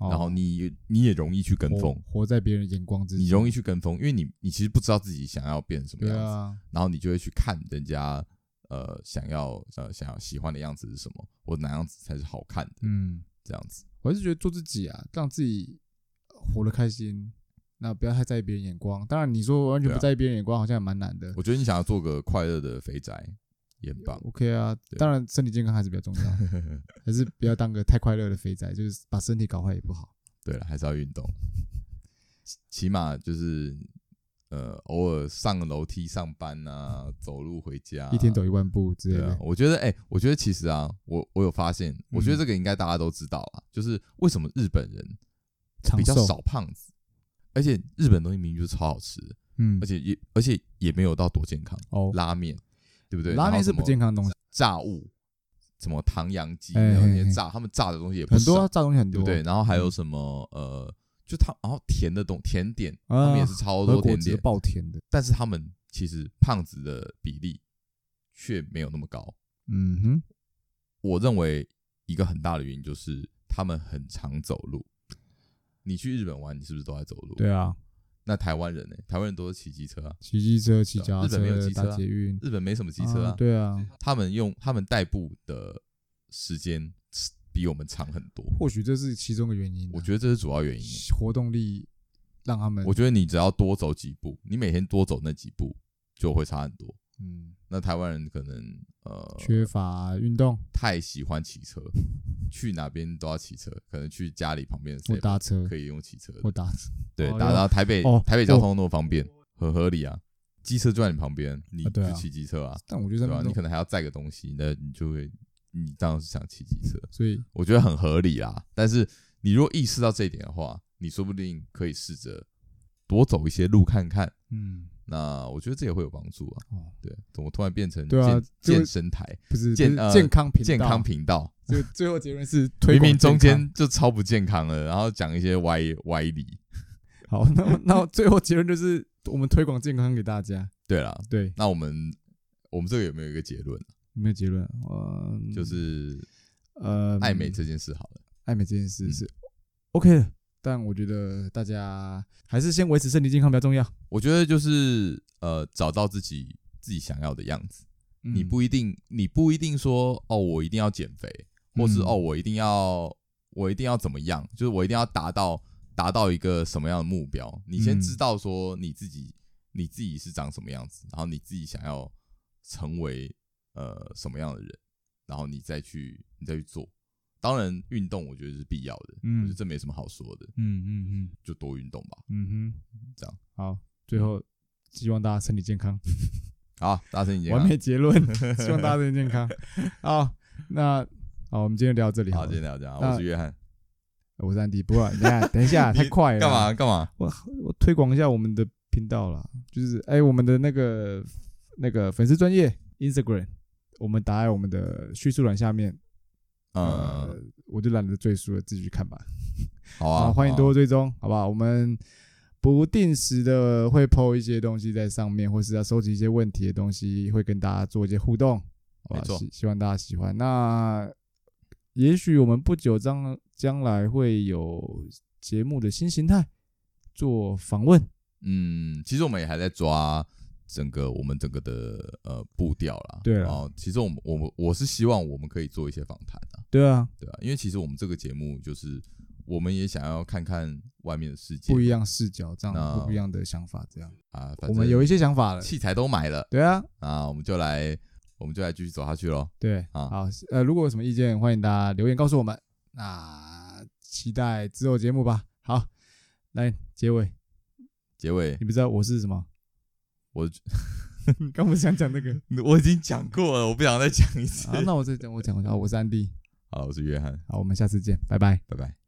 B: 哦
A: 然后你你也容易去跟
B: 活
A: 风，
B: 活在别人眼光之下，
A: 你容易去跟风，因为你你其实不知道自己想要变成什么
B: 对
A: 样子，
B: 啊，
A: 然后你就会去看人家呃想要呃想要喜欢的样子是什么，或哪样子才是好看的
B: 嗯，
A: 这样子。
B: 我还是觉得做自己啊，让自己活得开心，那不要太在意别人眼光。当然，你说完全
A: 对啊
B: 不在意别人眼光，好像也蛮难的。
A: 我觉得你想要做个快乐的肥宅也很棒，
B: OK 啊
A: 对，
B: 当然身体健康还是比较重 要，还是不要当个太快乐的肥仔，就是把身体搞坏也不好。
A: 对了，还是要运动，起起码就是呃偶尔上楼梯上班啊，走路回家，
B: 一天走一万步之类
A: 对
B: 的
A: 啊，，我觉得，哎、我觉得其实啊，我我有发现，我
B: 嗯
A: 觉得这个应该大家都知道啊，就是为什么日本人
B: 长
A: 比较
B: 寿
A: 少胖子，而且日本东西明明就是超好吃的，
B: 嗯
A: 而，且也而且也没有到多健康，
B: 哦，
A: 拉面，对不对？
B: 拉
A: 然后
B: 面是
A: 什么
B: 不健康的东西，
A: 炸物，什么唐扬鸡，
B: 哎
A: 然后那
B: 哎
A: 些
B: 哎
A: 炸，他们炸的东西也不
B: 很多
A: 少
B: 啊，炸东西很
A: 对
B: 多，
A: 不对？然后还
B: 嗯
A: 有什么呃，就他然后甜的东甜点，他
B: 啊
A: 们也是超
B: 和
A: 多
B: 果
A: 甜
B: 汁
A: 点，
B: 爆甜的，
A: 但是他们其实胖子的比例却没有那么高。
B: 嗯哼，
A: 我认为一个很大的原因就是他们很常走路。你去日本玩，你是不是都在走路？。
B: 对啊，
A: 那台湾人呢？台湾人都是骑机车啊，
B: 骑机车、骑
A: 对啊
B: 脚
A: 日
B: 踏
A: 本没有
B: 车、
A: 机车
B: 搭
A: 啊
B: 捷运，
A: 日本没什么机车啊。
B: 啊对啊，
A: 他们用他们代步的时间比我们长很多，
B: 或许这是其中的原因啊、
A: 我觉得这是主要原因啊耶。
B: 活动力让他们，
A: 我觉得你只要多走几步，你每天多走那几步就会差很多。
B: 嗯，
A: 那台湾人可能呃
B: 缺乏运动
A: 太喜欢骑车，去哪边都要骑车，可能去家里旁边的
B: 或
A: 7-Eleven
B: 搭车
A: 可以用骑车的
B: 或搭车，
A: 对，
B: 哦
A: 打
B: 要
A: 到台北，
B: 哦
A: 台北交通那么方便，很合理啊。机车就在你旁边，你
B: 啊对啊
A: 就骑机车啊，
B: 但我觉得
A: 对
B: 他
A: 吧、
B: 们
A: 你
B: 都
A: 可能还要载个东西，那你就会，你当然是想骑机车，
B: 所以
A: 我觉得很合理啦。但是你如果意识到这一点的话，你说不定可以试着多走一些路看看。
B: 嗯
A: 那我觉得这也会有帮助啊。
B: 哦，
A: 对，怎么突然变成
B: 对
A: 健、
B: 啊这个
A: 健身台、
B: 不是
A: 健
B: 不是
A: 呃
B: 健康频道
A: 健康，频道？
B: 这个最后结论是推
A: 明
B: 广
A: 明中
B: 健康
A: 间就超不健康了，然后讲一些歪歪理。
B: 好， 那我那我最后结论就是我们推广健康给大家，
A: 对啦，
B: 对，
A: 那我们我们这个有没有一个结论？啊
B: 有没有结论？呃，
A: 就是
B: 呃，
A: 爱美这件事好了。
B: 爱美这件事
A: 嗯
B: 是 OK 的，但我觉得大家还是先维持身体健康比较重要。
A: 我觉得就是呃，找到自己自己想要的样子。你
B: 嗯
A: 不一定，你不一定说哦，我一定要减肥，或是、
B: 嗯
A: 哦，我一定要，我一定要怎么样，就是我一定要达到达到一个什么样的目标。你先
B: 嗯
A: 知道说你自己你自己是长什么样子，然后你自己想要成为呃什么样的人，然后你再去你再去做。当然，运动我觉得是必要的，
B: 嗯
A: 我觉得这没什么好说的，
B: 嗯嗯嗯
A: 就多运动吧。
B: 嗯哼，
A: 这样
B: 好。最后，希望大家身体健康，
A: 好，大声一点啊，
B: 完美 结论。希望大家身体健康。好，那好，我们今天就聊到这里好
A: 好，
B: 了。
A: 今天聊这样，
B: 那
A: 我是约翰。
B: 我是安迪，不过等一下， 等一下，
A: 你
B: 太快了。
A: 干嘛？干嘛？
B: 我我推广一下我们的频道啦，就是哎、我们的那个那个粉丝专业 Instagram，我们打在我们的叙述栏下面。呃
A: 嗯，，
B: 我就懒得赘述了，自己去看吧。
A: 好
B: 啊，
A: 啊，
B: 欢迎
A: 好啊
B: 多多追踪，好不好？我们不定时的会 PO 一些东西在上面，或是要收集一些问题的东西，会跟大家做一些互动，好
A: 没
B: 吧
A: 错
B: 希希望大家喜欢。那也许我们不久将将来会有节目的新形态，做访问。
A: 嗯，其实我们也还在抓整个我们整个的呃步调啦。
B: 对啊
A: 然后其实我们我们我是希望我们可以做一些访谈啊，
B: 对啊，
A: 对啊，因为其实我们这个节目就是我们也想要看看外面的世界
B: 不一样视角，这样
A: 那
B: 会不一样的想法，这样
A: 啊，反
B: 我
A: 正
B: 们有一些想法了。
A: 器材都买了
B: 对啊，
A: 啊，我们就来我们就来继续走下去喽。
B: 对
A: 啊
B: 好，呃，如果有什么意见，欢迎大家留言告诉我们。那期待之后节目吧。好，来结尾，
A: 结尾
B: 你不知道我是什么？
A: 我
B: 你刚不是想讲那个
A: 我已经讲过了，我不想再讲一次。
B: 啊？那我再讲，我讲一下，我是安迪。
A: 好，我是约翰，
B: 好，我们下次见，拜拜。
A: 拜拜。